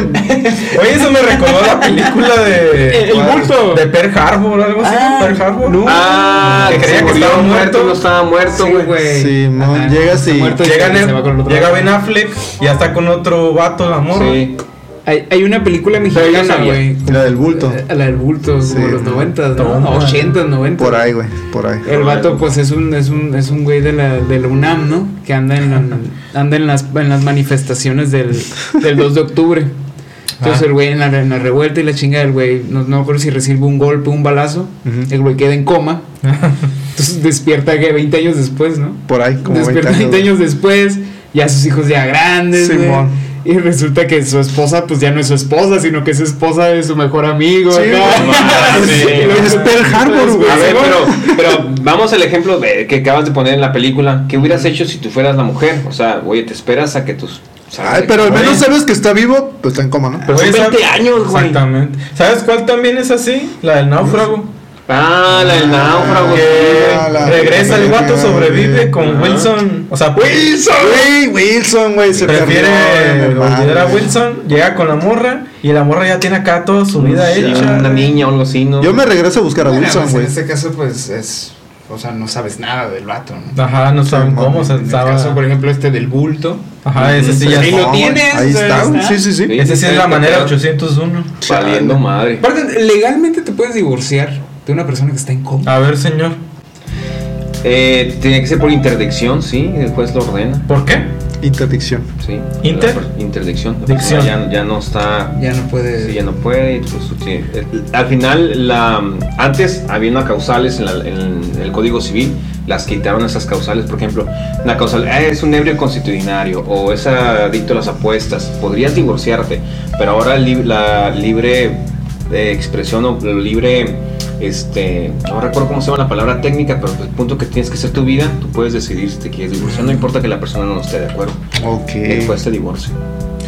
Oye, eso me recordó la película de. El bulto. De Pearl Harbor, algo así. Pearl Harbor. Ah, Que que creía se que murió estaba muerto, muerto. no estaba muerto, güey. Simón, llegas y- Llega, Ben- se va con el otro llega lado. Ben Affleck y ya está con otro vato, la morra. Sí. Hay, hay una película mexicana, sabía. güey. La del bulto. Eh, La del bulto, como los 90, Toma. ¿no? 80, 90. Por ahí, güey. Por ahí. El vato, pues es un, es un, es un güey de la, de la UNAM, ¿no? Que anda en, la- anda en, las, en las manifestaciones del, del 2 de octubre. Entonces Ah. el güey en la, en la revuelta y la chinga del güey, no, no me acuerdo si recibe un golpe, un balazo, Ujú. el güey queda en coma. Entonces despierta que 20 años después, ¿no? Por ahí, como despierta 20 años, después, ya sus hijos ya grandes, güey. Simón. Y resulta que su esposa, pues ya no es su esposa, sino que es esposa de su mejor amigo. Sí, acá. güey. Y luego- Es Pearl Harbor, Pues, güey. A ver, Simón. pero, pero vamos al ejemplo de- que acabas de poner en la película. ¿Qué hubieras hecho si tú fueras la mujer? O sea, oye, te esperas a que tus... Ay, pero al menos sabes que está vivo, pues está en coma, ¿no? Pero son Oye, 20 ¿sabes? años, güey. Exactamente. ¿Sabes cuál también es así? La del náufrago. Ah, la del náufrago. Ah, güey. Ah, la- Regresa el vato, Ah, sobrevive con ajá. Wilson. O sea, Güey, Wilson, güey, se perdió, Prefiere mi madre. olvidar a Wilson, llega con la morra y la morra ya tiene acá toda su vida hecha. Una niña o algo así, ¿no? Yo me regreso a buscar a Bueno, Wilson, pues, güey. En este caso, pues es. O sea, no sabes nada del vato, ¿no? Ajá, no saben cómo se En el estaba. caso, por ejemplo, este del bulto. Ajá, ese sí ya Ahí es. lo No, tienes, güey, Ahí o sea, está, ahí güey. está. Sí, sí, sí. Ese sí es la manera 801. Valiendo madre. Aparte, legalmente te puedes divorciar de una persona que está en coma. A ver, señor. Eh, tenía que ser por interdicción, sí. El juez lo ordena. ¿Por qué? Interdicción. Sí. Inter- La per- Interdicción. La Dicción. persona Ya, ya no está. Ya no puedes. Sí, ya no puede. pues, sí. El- Al final, la, antes había unas causales en, la- en el Código Civil. Las quitaron esas causales. Por ejemplo, una causal "Ah, es un ebrio constitucionario o es adicto a las apuestas. Podrías divorciarte. Pero ahora lib- la libre eh, expresión o libre. Este, no recuerdo cómo se llama la palabra técnica, pero el punto que tienes que hacer tu vida, tú puedes decidir si te quieres divorciar, no importa que la persona no esté de acuerdo. Ok. El pues. juez te divorcia.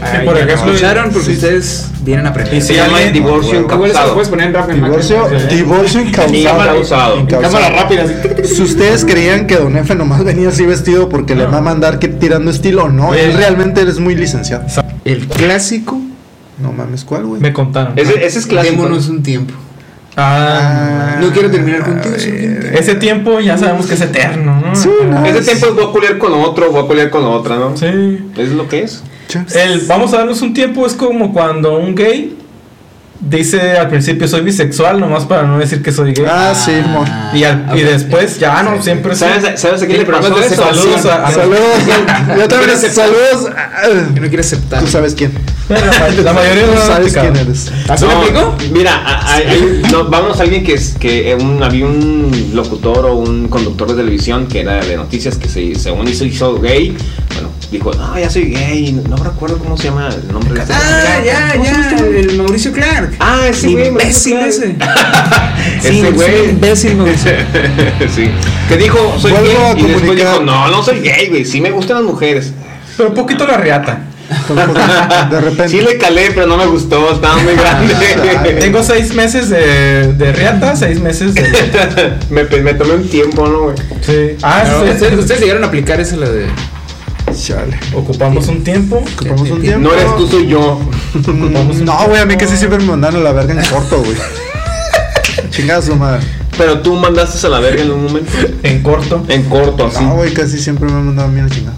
Ay, por ya ejemplo, no. escucharon porque sí. ustedes vienen a aprender. Y si Se llama alguien- divorcio Igual eso lo encausado. puedes poner en rap en Divorcio, pues. máquina. divorcio incausado. Incausado. Cámara rápida, así. Si ustedes creían que Don Efe nomás venía así vestido porque le va a mandar que tirando estilo, no, Oye. él realmente es muy licenciado. El clásico. No mames, ¿cuál, güey? Me contaron. Ese, ese es clásico. Démonos un tiempo. Ah, Ah, No quiero terminar contigo, a simplemente. ver. ese tiempo ya sabemos que es eterno, ¿no? Sí, no. Ese tiempo es voy a culiar con otro, voy a culiar con otra, ¿no? Sí. Es lo que es. El vamos a darnos un tiempo es como cuando un gay dice al principio soy bisexual, nomás para no decir que soy gay. Ah, sí, mon. y, al- y después ya no, siempre sí. ¿Sabes, ¿Sabes a quién Sí, le pasó programas de eso? sexual. Saludos a, a- Saludos. Yo también Pero se- saludos. ah, Que no quiere aceptar. Tú sabes quién. la, mayoría de Tú los sabes chicas. quién eres. ¿Así me No, explicó? Mira, a- a- hay- no, vamos a alguien que, es- que eh, un, había un locutor o un conductor de televisión que era de noticias que se, según hizo, hizo gay. Bueno, dijo, no, ya soy gay. No recuerdo cómo se llama el nombre de este Ah, ya, ¿Cómo se llama ya. este güey? El Mauricio Clark. Ah, ese güey. me imbécil acuerdo. ese. Sí, Ese es un güey. imbécil, Mauricio. sí. Que dijo, soy Vuelvo a gay. Y después comunicar. dijo, no, no soy gay, güey. Sí me gustan las mujeres. Pero un poquito la reata. De Sí repente. le calé, pero no me gustó. Estaba muy grande. Tengo seis meses de, de reata, seis meses de. me, pe- me tomé un tiempo, ¿no, güey? Sí. Ah, sí, sí, Ustedes, ustedes llegaron a aplicar esa la de. Chale. Ocupamos un tiempo. Ocupamos un tiempo. No eres tú, soy yo. Mm, No, güey, a mí casi siempre me mandaron a la verga en corto, güey. Chingada su madre. Pero tú mandaste a la verga en un momento. En corto. En corto, así. No, güey, casi siempre me han mandado a mí a la chingada.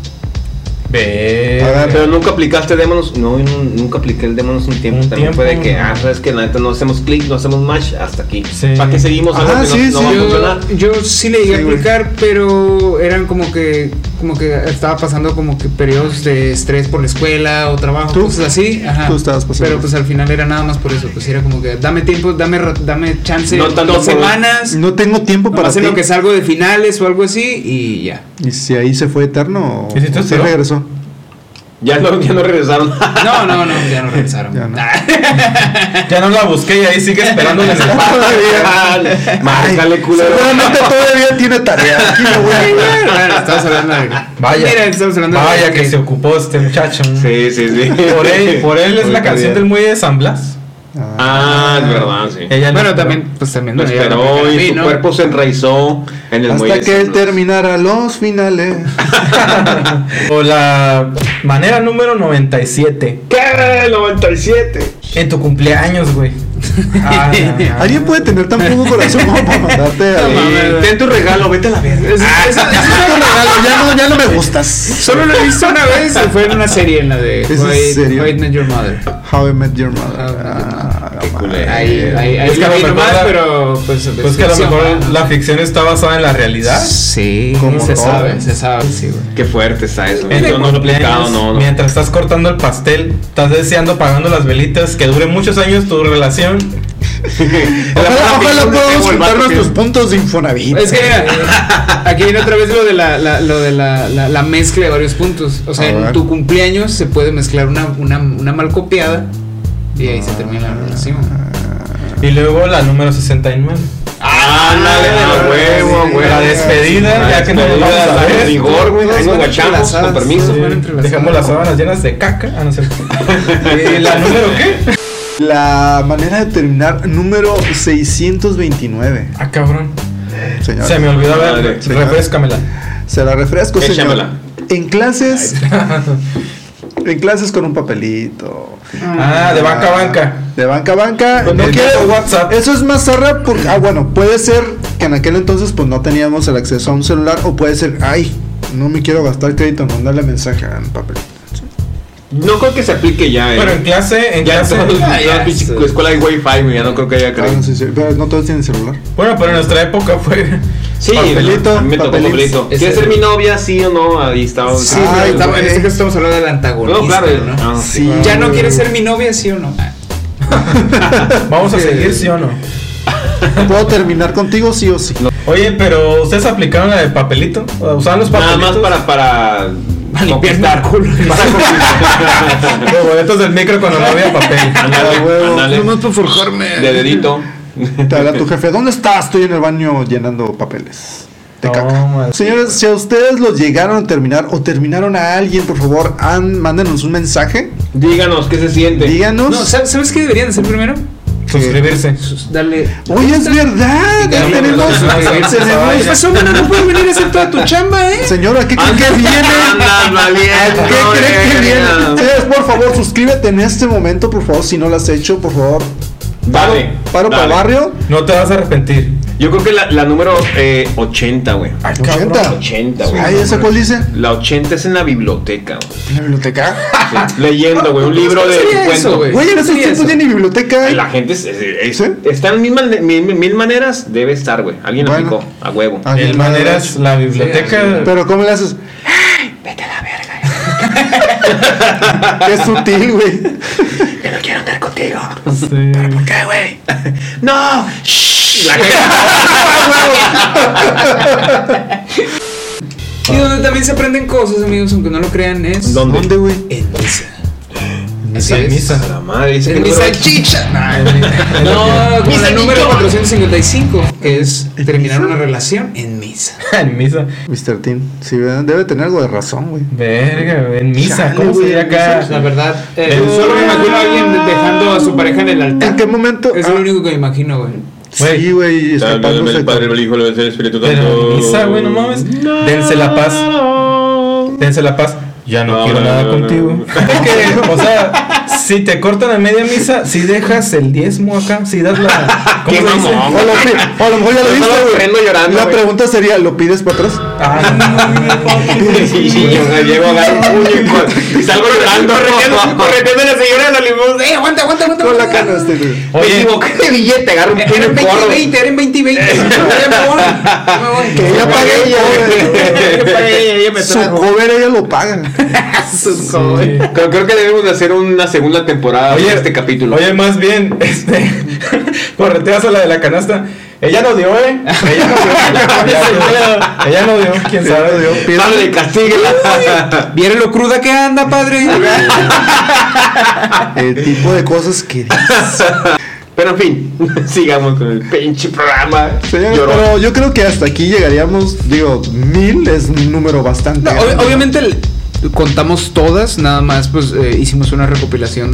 Ve. A ver. Pero nunca aplicaste Démonos. No, yo nu- nunca apliqué el Démonos un tiempo. Un También tiempo, fue de que, no. ah, sabes que la neta no hacemos clic, no hacemos match hasta aquí. Sí. ¿Para qué seguimos algo Ah, que sí, no, pues, no sí, va a Yo, funcionar? yo sí le llegué Sí, a güey. aplicar, pero eran como que como que estaba pasando como que periodos de estrés por la escuela o trabajo, Tú- cosas así. Ajá. tú estabas pasando. Pero pues al final era nada más por eso, pues era como que dame tiempo, dame ra- dame chance No tanto dos por- semanas. No tengo tiempo Para para hacer ti. lo que salgo de finales o algo así y ya. ¿Y si ahí se fue eterno o ¿Y si tú o sí esperó? regresó? Ya no, ya no regresaron. No, no, no, ya no regresaron. Ya no. Ya no la busqué y ahí sigue esperándole en el Todavía. Márcale, culero. Seguramente todavía tiene tarea. Aquí me voy a- Bueno, estamos hablando de. Vaya. Mira, estamos hablando de- Vaya que se ocupó este muchacho. Sí, sí, sí. Por él, por él es Muy la canción calidad. del muelle de San Blas. Ah, es verdad, sí. Ella no Bueno, esperó. también, pues también. Lo no, ya no esperó y vi, su ¿no? cuerpo se enraizó en el muelle. Hasta que él terminara los finales. O la manera número 97. ¿Qué? 97. En tu cumpleaños, güey. Ah, no, ¿Alguien puede tener tan poco corazón como para mandarte a... No mames. Ten tu regalo, vete a la verga. Ah, Es- es- es- Este regalo, ya no, ya no me gustas. Solo lo he visto una vez y fue en una serie, en la de ¿Es en White serio? White Met Your Mother. How I Met Your Mother. How I Met Your Mother. Ah, Qué ma- culero. Ahí, ahí, ahí Eh, Es que la a lo vi mejor nomás, la- pero pues, Pues que a lo ficción, mejor ¿no? la ficción está basada en la realidad. Sí, Como se todo. sabe, se sabe, sí, güey. Qué fuerte está eso. En Yo el no lo he aplicado, cumpleaños, no, no. mientras estás cortando el pastel, estás deseando pagando las velitas, que dure muchos años tu relación. ah. Ojalá, ojalá Tengo el podamos vato juntar que- nuestros puntos de Infonavit. Es que mira, aquí viene otra vez lo de la, la- lo de la, la- la mezcla de varios puntos. O sea, A en ver. tu cumpleaños se puede mezclar una, una, una mal copiada y ahí se termina la relación. Y luego la número 69. Ándale, a huevo, a sí, huevo. Ah, la despedida, La ya que no nos despedida, vamos a la ver. de rigor, güey. Tengo Todas fueron guachamos, entrelazadas, con permiso. todas fueron entrelazadas. Dejamos las sábanas llenas de caca. Ah, no sé. ¿Y la número qué? La manera de terminar número 629. Ah, cabrón. Señor. Se me olvidó Madre, ver. señor. Refrescamela. Se la refresco, señor. Échamela. En clases. En clases con un papelito. Ah, de banca a banca. De banca a banca. Con No el quiere- nuevo WhatsApp. Eso es más zarra porque. Ah, bueno, puede ser que en aquel entonces pues no teníamos el acceso a un celular. O puede ser, ay, no me quiero gastar crédito en mandarle mensaje a un papelito. No creo que se aplique ya, eh. Pero en clase, en ya clase. en todos- Ah, ya, toda pinche sí. escuela hay wifi, güey, ya no creo que haya Ah, creído. no, sí, sí, pero no todos tienen celular. Bueno, pero en nuestra época fue. Sí, Papelito, a mí me tocó papelito. papelito. Ese- ¿Quieres ser mi novia? Sí o no, ahí estaba. Sí, Ay, pero estamos- güey. en este caso estamos hablando del antagonista, no, claro. ¿no? ah, Sí. ¿Ya no quieres ser mi novia, sí o no? Vamos a seguir, sí o no. ¿Puedo terminar contigo sí o sí? Oye, pero ustedes aplicaron la de papelito. Usaban los Nada papelitos. más para para Para limpiarme conquistar. el culo. Para conquistar. Los boletos del micro cuando no había papel. Ándale, Ah, huevo. ándale. por forjarme. De dedito. Te habla tu jefe, ¿dónde estás? Estoy en el baño llenando papeles. Te No, caca. madre. Señores, si a ustedes los llegaron a terminar o terminaron a alguien, por favor, han- mándenos un mensaje. Díganos qué se siente. Díganos. No, ¿sabes sabes qué deberían hacer primero? Pues, Suscribirse. Dale. Oye, es verdad. Ya Dale, tenemos. dale, dale, tenemos- dale. ¿Qué pasó, mano? Pues, No puedes venir a hacer toda tu chamba, ¿eh? Señora, ¿qué creen que Andas- viene? andas valiendo, ¿A ¿Qué eh, creen que viene? verga. Ustedes, por favor, suscríbete en este momento, por favor, si no lo has hecho, por favor. Paro, Dale, paro para dale. barrio. No te vas a arrepentir. Yo creo que la, la número eh, 80, güey. 80. 80, güey. Ay, ¿esa cuál dice? La 80 es en la biblioteca, güey. La biblioteca. Sí, Leyendo, güey. Un libro ¿Cómo de sería cuento. eso, güey? Güey, en esos Sí, tiempos eso. ya ni biblioteca. hay. La gente es- es- es- ¿Sí? está en mil, man- mil- mil maneras, debe estar, güey. Alguien lo Bueno. aplicó, a huevo. Ah, El mi madre. maneras, la biblioteca. Pero ¿cómo le haces? ¡Ay! Vete a la verga. eh. Qué sutil, güey. Que no quiero andar contigo. Sí. ¿Qué, güey? ¡No! ¡Shh! La gente. Y donde también se aprenden cosas, amigos, aunque no lo crean, es. ¿Dónde? ¿Dónde, güey? En misa. Misa, Así es. A misa. la madre. dice que En mi número- salchicha. No, como la número 455, que es terminar una relación en misa. En misa. Mr. Team. Sí, ¿verdad? debe tener algo de razón, güey. Verga, en misa. Chale, ¿Cómo se güey, diría La acá? verdad, eh, El- solo me imagino a alguien dejando a su pareja en el altar. ¿En qué momento? Es Ah, lo único que me imagino, güey. Sí, güey, escapándose. con- Hijo, el Espíritu Pero en misa, güey, no mames. Dense la paz. Dense la paz. Ya no, No, quiero no, nada no, contigo. no. Es que, o sea, si te cortan a media misa, si dejas el diezmo acá, si das la. ¿Cómo Qué se dice? mamón, O lo pi- o a lo mejor ya lo Yo viste, estaba güey. prendo llorando, La güey. pregunta sería, ¿lo pides para atrás? Ay, Y yo me llego a dar un puño y salgo llorando. Correteando a la señora de la limosna. Eh, aguanta, aguanta, aguanta. Con la aguanta. cana este, güey. Me Oye, equivoqué de billete, agarro un pino Era en y corro. 2020, era en 2020. Ya me voy, ya me voy. Que ella pague Ya ella, güey. pagué, ya- ya me Su trajo. cover ella lo paga. Sus cojones. Creo, creo que debemos de hacer una segunda temporada de este capítulo. Oye, más bien, este. Correteas a la de la canasta. Ella no dio, ¿eh? Ella no dio. Ella, ella- ella no dio. ¿Quién sabe? Dio. Dale, castíguela. Viene lo cruda que anda, padre. El tipo de cosas que dice. Pero en fin, sigamos con el pinche programa. Señores, Llorón. pero yo creo que hasta aquí llegaríamos. Digo, mil es un número bastante. No, ob- grande. obviamente el- contamos todas, nada más pues eh, hicimos una recopilación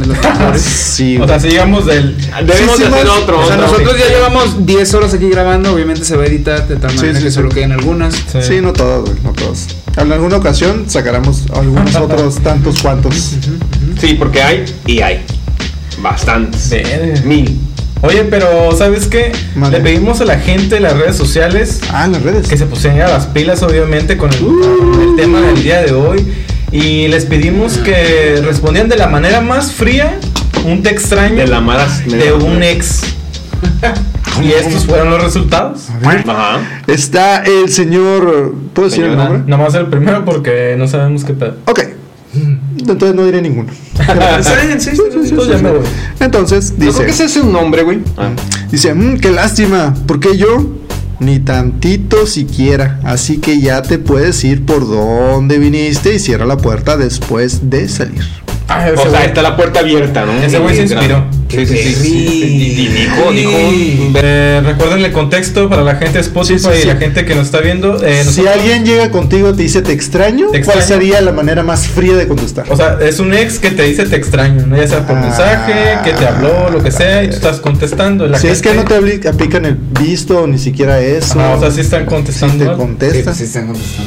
de los mejores. Sí, O sea, si llegamos del. Debemos Sí, de sí, hacer más- otro. O sea, otro. nosotros ya llevamos 10 horas aquí grabando, obviamente se va a editar de tal Sí, manera sí, que sí. solo queden algunas. güey. sí, no todas, güey, no todas. En alguna ocasión sacaremos algunos otros tantos cuantos. Sí, porque hay y hay. Bastantes. Verga. Mil. Oye, pero ¿sabes qué? Mande. Le pedimos a la gente en las redes sociales Ah, en las redes. que se pusieran las pilas, obviamente, con el, con el tema del día de hoy. Y les pedimos que respondieran de la manera más fría un te extraño De la mala. de un ex. y estos fueron los resultados. Ajá. Está el señor. ¿Puedo decir el Señora. nombre? Nomás el primero porque no sabemos qué pedo. Ok. Entonces no diré ninguno. Entonces ya me voy. Entonces dice. ¿Por qué se hace un nombre, güey? Ah. Dice, "Mm, qué lástima, porque yo ni tantito siquiera. Así que ya te puedes ir por donde viniste y cierra la puerta después de salir. Ah, ese O sea, güey. está la puerta abierta, ¿no? Ese güey se inspiró. Sí, sí, sí. Y- y dijo, dijo. un- Eh, recuerden el contexto para la gente de Spotify Sí, sí, y sí. la gente que nos está viendo. eh, si nosotros- alguien llega contigo y te dice te extraño, Te ¿cuál extraño. sería la manera más fría de contestar? O sea, es un ex que te dice te extraño, ¿no? ya sea por Ah. mensaje, que te habló, lo que sea, y tú estás contestando. La si es que no gente- te abli- aplican el visto o ni siquiera eso, Ajá, o sea, sí pues, están contestando. te contestan.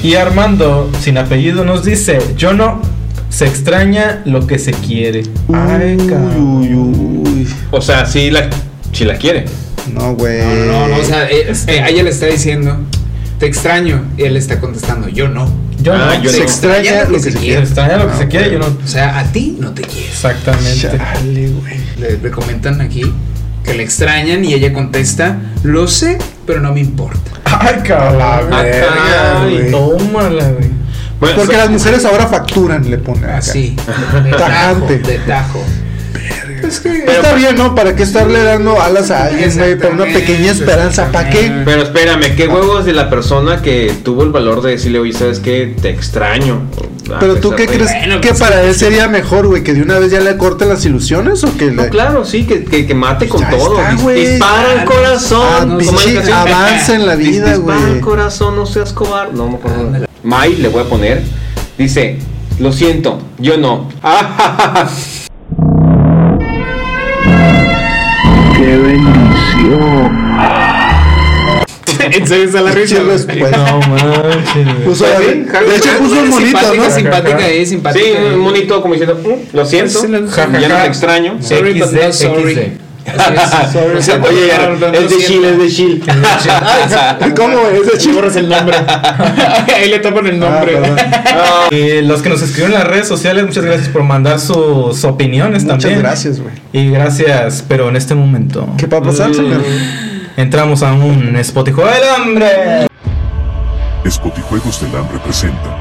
Y Armando, sin apellido, nos dice: Yo no. Se extraña lo que se quiere. Uh. Ay, cabrón. Uy, uy, uy. O sea, si la, si la quiere. No, güey. No, no, no, o sea, eh, eh, ella le está diciendo, te extraño, y él le está contestando, yo no. Yo Ah, no. yo se no. Ah, extraña lo que se Se quiere. extraña lo que se quiere, yo no. O sea, a ti no te quiero. Exactamente. Chale, güey. Le, le comentan aquí que le extrañan y ella contesta, lo sé, pero no me importa. Ay, cabrón. Ah, Ay, güey. tómala, güey. Bueno, Porque so- las mujeres ahora facturan, le ponen. acá. Ah, Así, de tajo, Tajante. de tajo. Es que está pues bien, ¿no? ¿Para qué estarle dando alas a alguien, güey? Por una pequeña esperanza, ¿para qué? Pero espérame, ¿qué huevos de la persona que tuvo el valor de decirle, oye, ¿sabes qué? Te extraño. Ah, A Pero tú pesar qué de- crees bueno, que pues, para él sería mejor, güey, que de una vez ya le corten las ilusiones o que No, le claro, sí, que, que, que mate con Pues Ya todo. está, Dis- güey. dispara el Ah, corazón. no, Como la pinche, canción. avanza en la Dis- vida, Dispara güey. el corazón, no seas cobarde. No me acuerdo. May, le voy a poner. Dice, lo siento, yo no. Ah, ja, ja, ja. ¿En serio está la risa? Pinche respuesta. No manches, güey. pues, Puso- de hecho puso un monito, simpática, ¿no? simpática es, simpática. eh. Sí, es. un monito como diciendo, "Mm, lo siento, Sí, lo- ya no te extraño. Sorry, but XD. not sorry. Así es. O sea, Oye, ya, Perdón, es lo de Chile, es siento. de Chile. ¿Cómo es de chico? Borras el nombre. Ahí le tapan el Ah, nombre. Y Ah, eh, los que nos escribieron en las redes sociales, muchas gracias por mandar sus opiniones Muchas también. gracias, güey. Y gracias, pero en este momento ¿Qué va a pasar, señor? entramos a un Spotify del hambre. Spotijuegos del Hambre presenta.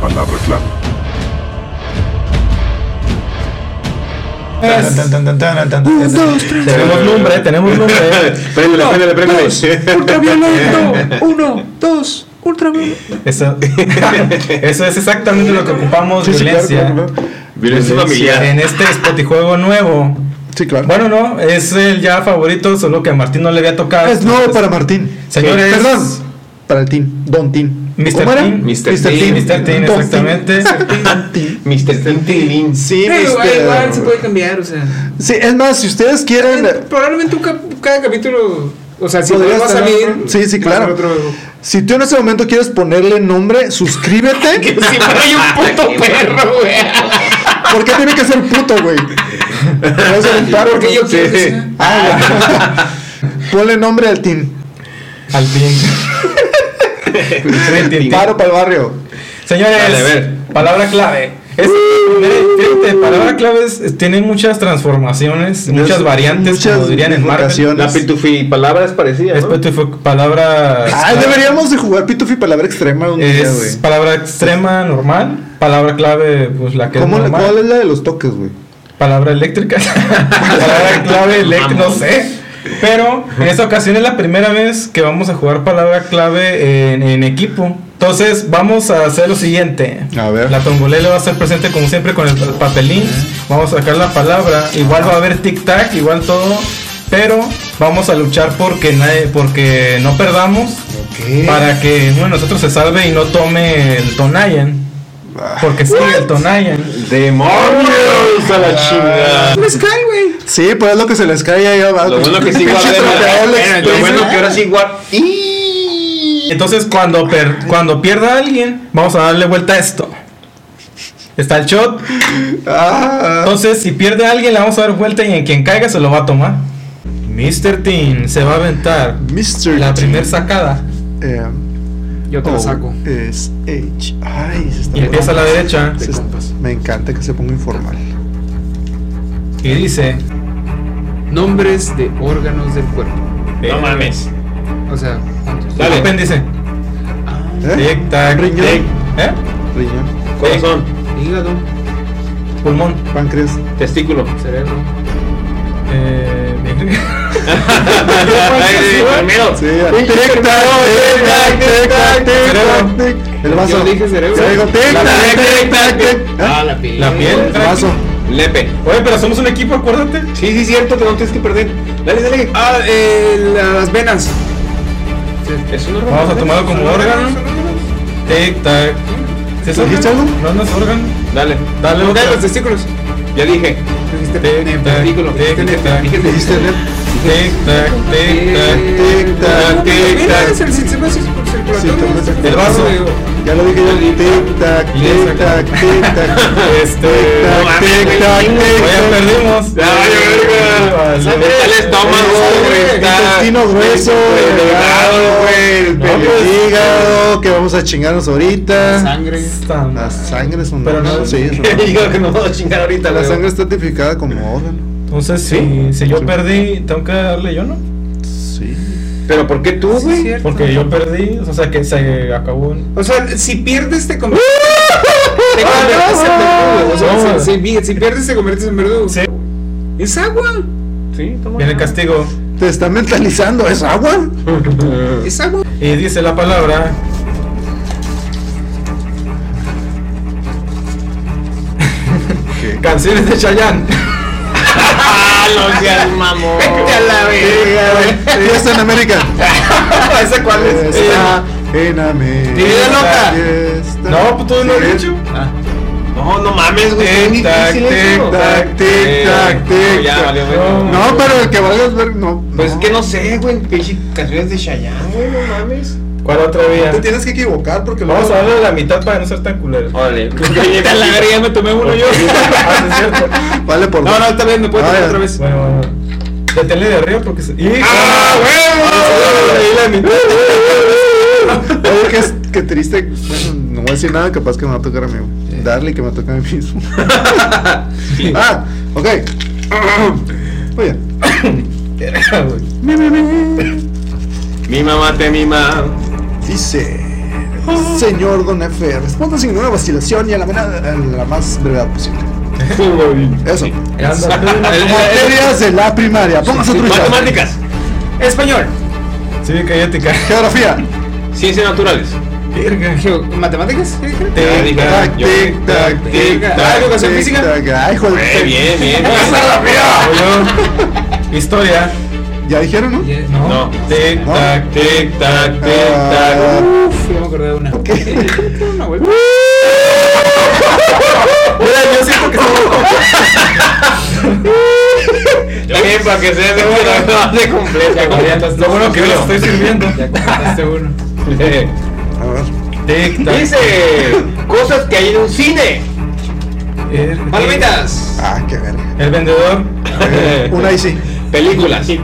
Palabra clave. Tenemos nombre, tenemos nombre. Préndele, préndele, préndele. Ultraviolento. Uno, dos, ultraviolento. Eso, eso es exactamente lo que ocupamos, Sí, sí, claro, violencia. claro, claro. Violencia familiar. En este Spotijuego nuevo. Sí, claro. Bueno, no, es el ya favorito, solo que a Martín no le había tocado. es nuevo para Martín. Señores. Perdón. Para el team. Don Team. Mr. ¿Cómo era? Team. Mr. Mr. Team, Mr. Team, Don exactamente. Don Team. Mr. Tintilín. Sí, Mr. Igual se puede cambiar, o sea. Sí, es más, si ustedes quieren. Probablemente un cap- cada capítulo. O sea, si Podría no vas a estar salir. otro. Sí, sí, va a claro. ser otro- Si tú en este momento quieres ponerle nombre, suscríbete. Sí, pero hay un puto perro, güey. ¿Por qué tiene que ser puto, güey? ¿Me vas a aventar, Porque no? yo quiero que Sí. sea. Ah, ya. Ponle nombre al team. Al fin. Paro para el barrio. Señores, Dale, a ver. palabra clave. Es, fíjate, palabra clave es- es- tiene muchas transformaciones, muchas variantes, muchas como dirían en Marvel. bifurcaciones. La pitufi palabra es parecida. Es ¿no? petrifi- palabra. Ah, deberíamos de jugar Pitufi palabra extrema un día, Es güey. palabra extrema, normal. Palabra clave, pues la que es ¿Cómo le- normal. ¿Cuál es la de los toques, güey? Palabra eléctrica. palabra clave, eléctrica, no Vamos. sé. Pero en esta ocasión es la primera vez que vamos a jugar palabra clave en, en equipo. Entonces vamos a hacer lo siguiente. A ver. La tombolera va a estar presente como siempre con el pa- papelín. Vamos a sacar la palabra. Igual va a haber tic tac, igual todo. Pero vamos a luchar porque nadie, porque no perdamos. Para que uno de nosotros se salve y no tome el Tonayan. Porque sí, el Tonayan. ¡Demonios! A la chingada. Sí, pues es lo que se les cae ahí abajo. Lo bueno que sí Pinche tropearles, guardé. Lo pues. bueno que ahora sí guardé. Entonces, cuando, per- cuando pierda alguien, vamos a darle vuelta a esto. Está el shot. Ah, Entonces, si pierde alguien, le vamos a dar vuelta y en quien caiga se lo va a tomar. Mr. Teen se va a aventar Mr. la T. primer sacada. Eh, Yo te O la saco. Es H. Ay, se está Y empieza a la derecha. Se está- Me encanta que se ponga informal. Y dice: Nombres de órganos del cuerpo. Eh, No mames. O sea, Dale. Apéndice. ¿Eh? Tic, tac, Riñón. tic. ¿Eh? Riñón, Corazón, hígado, Pulmón. páncreas, testículo. cerebro. Eh, Ay, Primero. Sí, tic, tac, tic, tac, tic, tac, tic, tac, tic. El vaso. Yo dije cerebro. Yo digo tic, La tac, piel, tic, tic, tac, tac, tic. Ah, ¿Ah? la piel. la piel. El vaso. Lepe. Oye, pero somos un equipo, acuérdate. Sí, sí, cierto, que no tienes que perder. Dale, dale. Ah, eh, la- las venas. Es un órgano. Vamos a tomarlo como órgano. Tic tac. ¿Sí es ¿Dijiste órgano? algo? No, no es órgano. Dale. Dale otra. los testículos. Ya dije. Dijiste Tic tac. Tic testículo, tac. Tic tac. Tic Dijiste net. tac. Tic tac. Tic, tac, tic, tac. Es el sistema circulatorio. El vaso. Ya lo dije yo. Tic, tac, Y le tic, tac, saco. tic, tac. Este. Tic, tac, tic, tac, tic, Oye, tac. perdimos. Ay, verga. Vale. Métale el estómago, güey. está- Intestino grueso, El delgado, güey. el pues, hígado, que vamos a chingarnos ahorita. Sangre. Esta madre. La sangre es un Pero no- sí, es un- Digo que no vamos a chingar ahorita. La luego. sangre está tipificada como órgano. Entonces, si, si yo perdí, tengo que darle yo, ¿no? Sí. Pero ¿por qué tú, güey? Porque yo perdí, o sea que se acabó. O sea, si pierdes te conviertes. te conviertes en verdugo. O sea, No. si, si- si pierdes te conviertes en verdugo. Sí. Es agua. Sí, toma. Viene el castigo. Te está mentalizando, ¿es agua? Es agua. Y dice la palabra. Canciones de Chayanne. Ah, no seas mamón. Fiesta en América. ¿Ese cuál Está en América. vida loca. Fiesta. No, pues tú no lo has dicho. No, no mames, güey. qué Tic, tac, difícil es eso. tic, tac, tic, tac, No, tic. ya valió, güey. No. No, pero el que valgas ver, no. Pues es que no Eh, sé, güey. Pinche canciones de Chayanne, güey, no mames. ¿Cuál otra vía? Te tienes que equivocar porque Vamos a darle la mitad para no ser tan culeros. Órale. Te la agregué, me tomé uno yo. Ah, sí, es cierto. Vale por No, no, esta vez me puedo tomar Vaya. otra vez. Bueno, bueno. Deténle de arriba porque se. ¡Y! ¡Ah, Ahí la mitad. Oye, qué, es- qué triste. Bueno, no voy a decir nada, capaz que me va a tocar a mí. güey. Darle que me toque a mí mismo. ah, ok. Muy bien. Mi mamá te mima. Dice. Señor Don Efe, responda sin ninguna vacilación y a la, mena- a la más brevedad posible. Eso. Materias de la primaria. Póngase trucha. Matemáticas. Español. Sí, cállate, Geografía. Ciencias naturales. Geo- ¿Matemáticas? ¿Qué dijeron? Ya dije, Tac, yo- tic, tac, tic, Ah, tac. educación tic, física. tac. Ay, Eh, joder. bien, bien. Yo. Historia. ¿Ya dijeron, no? No. Tic, No. tac, tic, tac, tic, tac. Ah, Uf, yo me acordé de una. Una, güey. Mira, yo siento que También para que se vea de completa. somos. Lo bueno que yo les estoy sirviendo. Ya contaste uno. A ver. Tic, tac. Dice cosas que hay en un cine. Er- Palomitas. Ah, qué verga. El vendedor. Una y sí. Películas. Tic,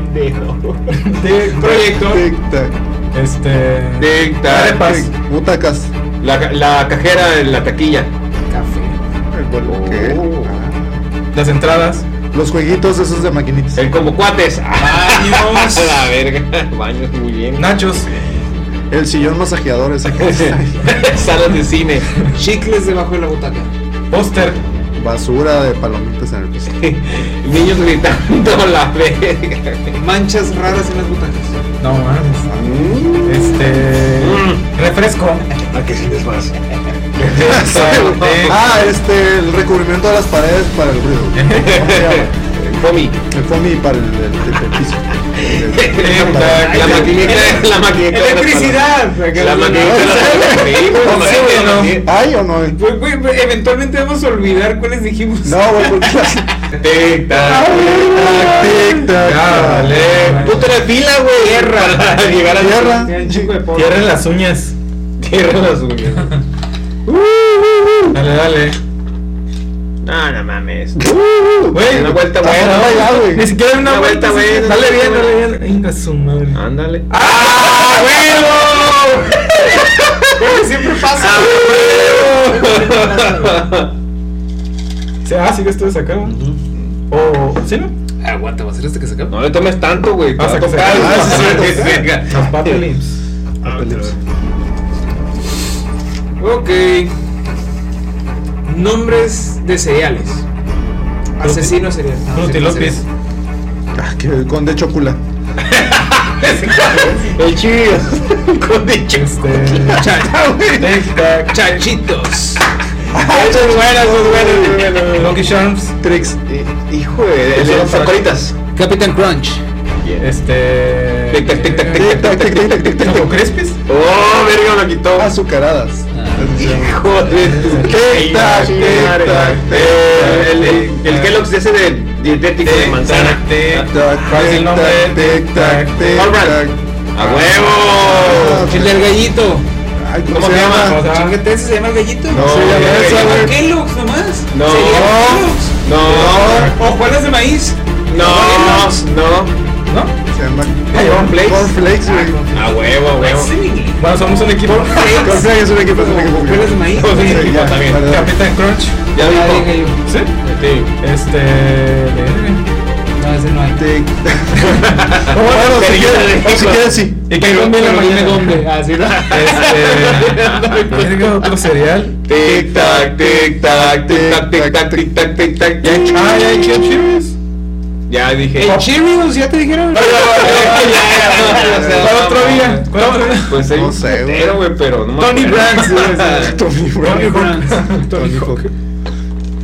proyecto. Tic, tac. Este. Tic, tac. Arepas. Tic, Butacas. La, la cajera en la taquilla. Café. El bol- ¿qué? Las entradas. Oh. Los jueguitos esos de maquinitas. El como cuates. Baños. A la verga. Baños, muy bien. Nachos. El sillón masajeador ese que está. Salas de cine. Chicles debajo de la butaca. Póster. Basura de palomitas en el piso. Niños gritando la verga. Manchas raras en las butacas. No mames. Este. Mm. Mm. Refresco. Este, ¿A qué Mm. sí les vas? Eh. Ah, este, el recubrimiento de las paredes para el ruido. ¿Cómo se llama? Fomi. El foamy para el, el- el- el piso. La maquinita, la maquinita. de las ¡Electricidad! palomas. La maquinita de las palomas. Sí, güey, ¿Sí, güey, no? sí. ¿Hay o no hay? Güey, güey, güey, Eventualmente vamos a olvidar cuáles dijimos. No, güey, porque las... Tic, tac, Tic, tac. Dale. Puta de fila, güey. Tierra. Para llegar a Tierra. Ya, un chingo de polvo. Cierren las uñas. Tierra las uñas. Dale, dale. No, no mames. Güey, Una vuelta Ah, buena. no, ya, güey. Ni siquiera una Una vuelta, vuelta, güey. güey. Dale Una bien, vuelta, dale bien. Venga, su madre. Ándale. ¡Ah, huevo! Siempre pasa. Sí, Ah, sí que estuve sacado. O. ¿Sí, no? Aguanta, va a ser hasta que se acabe. No le tomes tanto, güey. Hasta que se acabe. Ah, sí, Ah, sí, que sí. se acabe. Los papelips. Ok. Nombres de cereales. Asesino cereal. Frutilopis. Ah, que con de chocolate. El chido. Con de chido. Este. Tic-tac. Chachitos. Eso es bueno, eso es bueno, eso es bueno. Lucky Charms. Trix. Hijo de. Eso de no para- Facoritas. Capitán Crunch. Este. pues? Tic, tac, tic, tac, tic, Tic, tac, tic, tic, tic, tic, tic, Choco tic. Crispis. Oh, verga, me la quitó. Azucaradas. Hijo de. Tic, tac, tic, tac, Eh, El, el, el Kellogg's ese de dietético de manzana. Tic-tac. Tac, ¿Cuál es el tic, nombre? tac, Tic, tac, tic, All tac. right. ¡A huevo! El del gallito. Ay, ¿Cómo se llama? O sea, Chingate ese, se llama el gallito. No, se llama güey. esa, güey. Kellogg's nomás. No. Se llama Kellogg's. No, O Juanas de maíz. no, no. ¿No? Se llama Ay, cornflakes. Cornflakes, güey. A huevo, a huevo. Es en inglés. Bueno, somos un equipo. Cornflakes es un equipo, es un equipo. O Juanas de maíz. Sí, Sí, sí, ya, está bien. perdón. Capitán Crunch. Ya Ah, dijo. dije yo. ¿Sí? Sí. Este. No, ese no hay. Tic. Bueno, si quieres, o si quieres, sí. Y que dónde la Pero dime mañana. dónde. Ah, sí, no. Este. verga, otro cereal. Tic tac, tic tac, tic tac, tic tac, tic tac, tic tac. Ya, Ah, ya hay ya, Cheerios. ya dije. El Cheerios, ya te dijeron. Ah, ¿Cuál otro día? ¿Cuál otro día? Pues hay No un sé, güey. putero, güey, pero no me Tony acuerdo. Brands, güey. Tony Brown. Tony Hawk. Tony Hawk.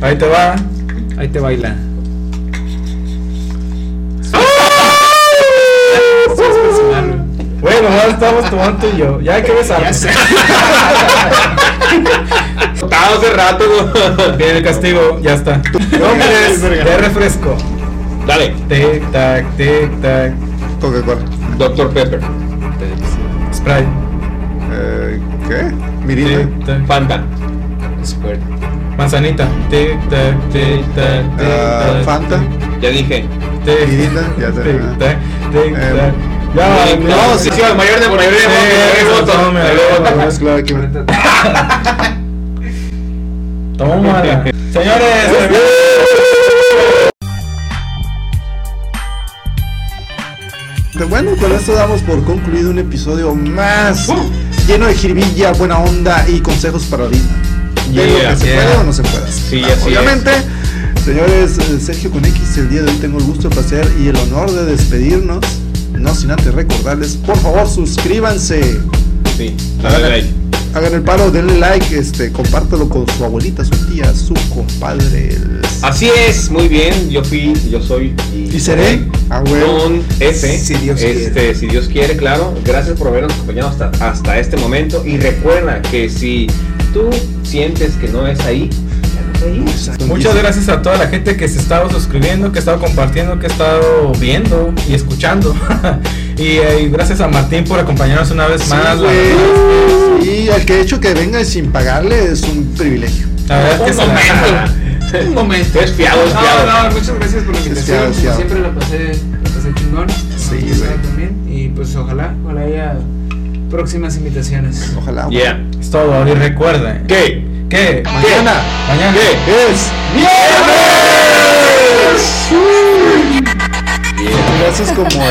Ahí te va. Ahí te baila. Bueno, ahora estamos tomando tú y yo. Ya hay que besar. Ya sé. Estaba hace rato, güey. Bien, el castigo, ya está. Nombres de refresco. Dale, Tic tac, tic tac. Coca-Cola. Dr. Pepper. Sprite. Eh, ¿Qué? Mirinda. Tic tac. Fanta. Manzanita. Tic tac, tic tac, tic Ah, tac. Fanta. Ya dije. Tic, Mirinda, ya tic está. tac, tic Eh, tac. Ya va, No, sí, sí, mayor de mayor de Sí, mayor de eso, voto. tome, Mayor de voto. tome. Vamos, claro, aquí. Tómala. Señores, Pero Pues Bueno, con esto damos por concluido un episodio más lleno de jiribilla, buena onda y consejos para la vida. De lo Yeah, que se yeah. puede o no se puede. hacer. Sí, así Obviamente, señores, eh, Sergio con X, el día de hoy tengo el gusto, el placer y el honor de despedirnos. No sin antes recordarles, por favor, suscríbanse. es. Sí, dale like. Hagan el paro, denle like, este, compártelo con su abuelita, su tía, su compadre. el- Así es, muy bien. Yo fui, yo soy Y seré. A huevo. Con ese, Si Dios este, quiere. si Dios quiere, claro. Gracias por habernos acompañado hasta, hasta este momento. Y recuerda que si tú sientes que no es ahí, ya no es ahí. Muchas gracias a toda la gente que se ha estado suscribiendo, que ha estado compartiendo, que ha estado viendo y escuchando. y, eh, y gracias a Martín por acompañarnos una vez más. la verdad. Y al que hecho que venga y sin pagarle es un privilegio. La verdad es que Un se la- momento. Un momento. Es fiado, es fiado. No, no, muchas gracias por la invitación. fiado, es Como fiado. siempre la pasé, la pasé chingón. Sí, Me gustó güey. también. Y pues ojalá, ojalá haya próximas invitaciones. Ojalá. Yeah. Es todo. Y recuerden ¿Qué? que Mañana mañana es miércoles. Gracias como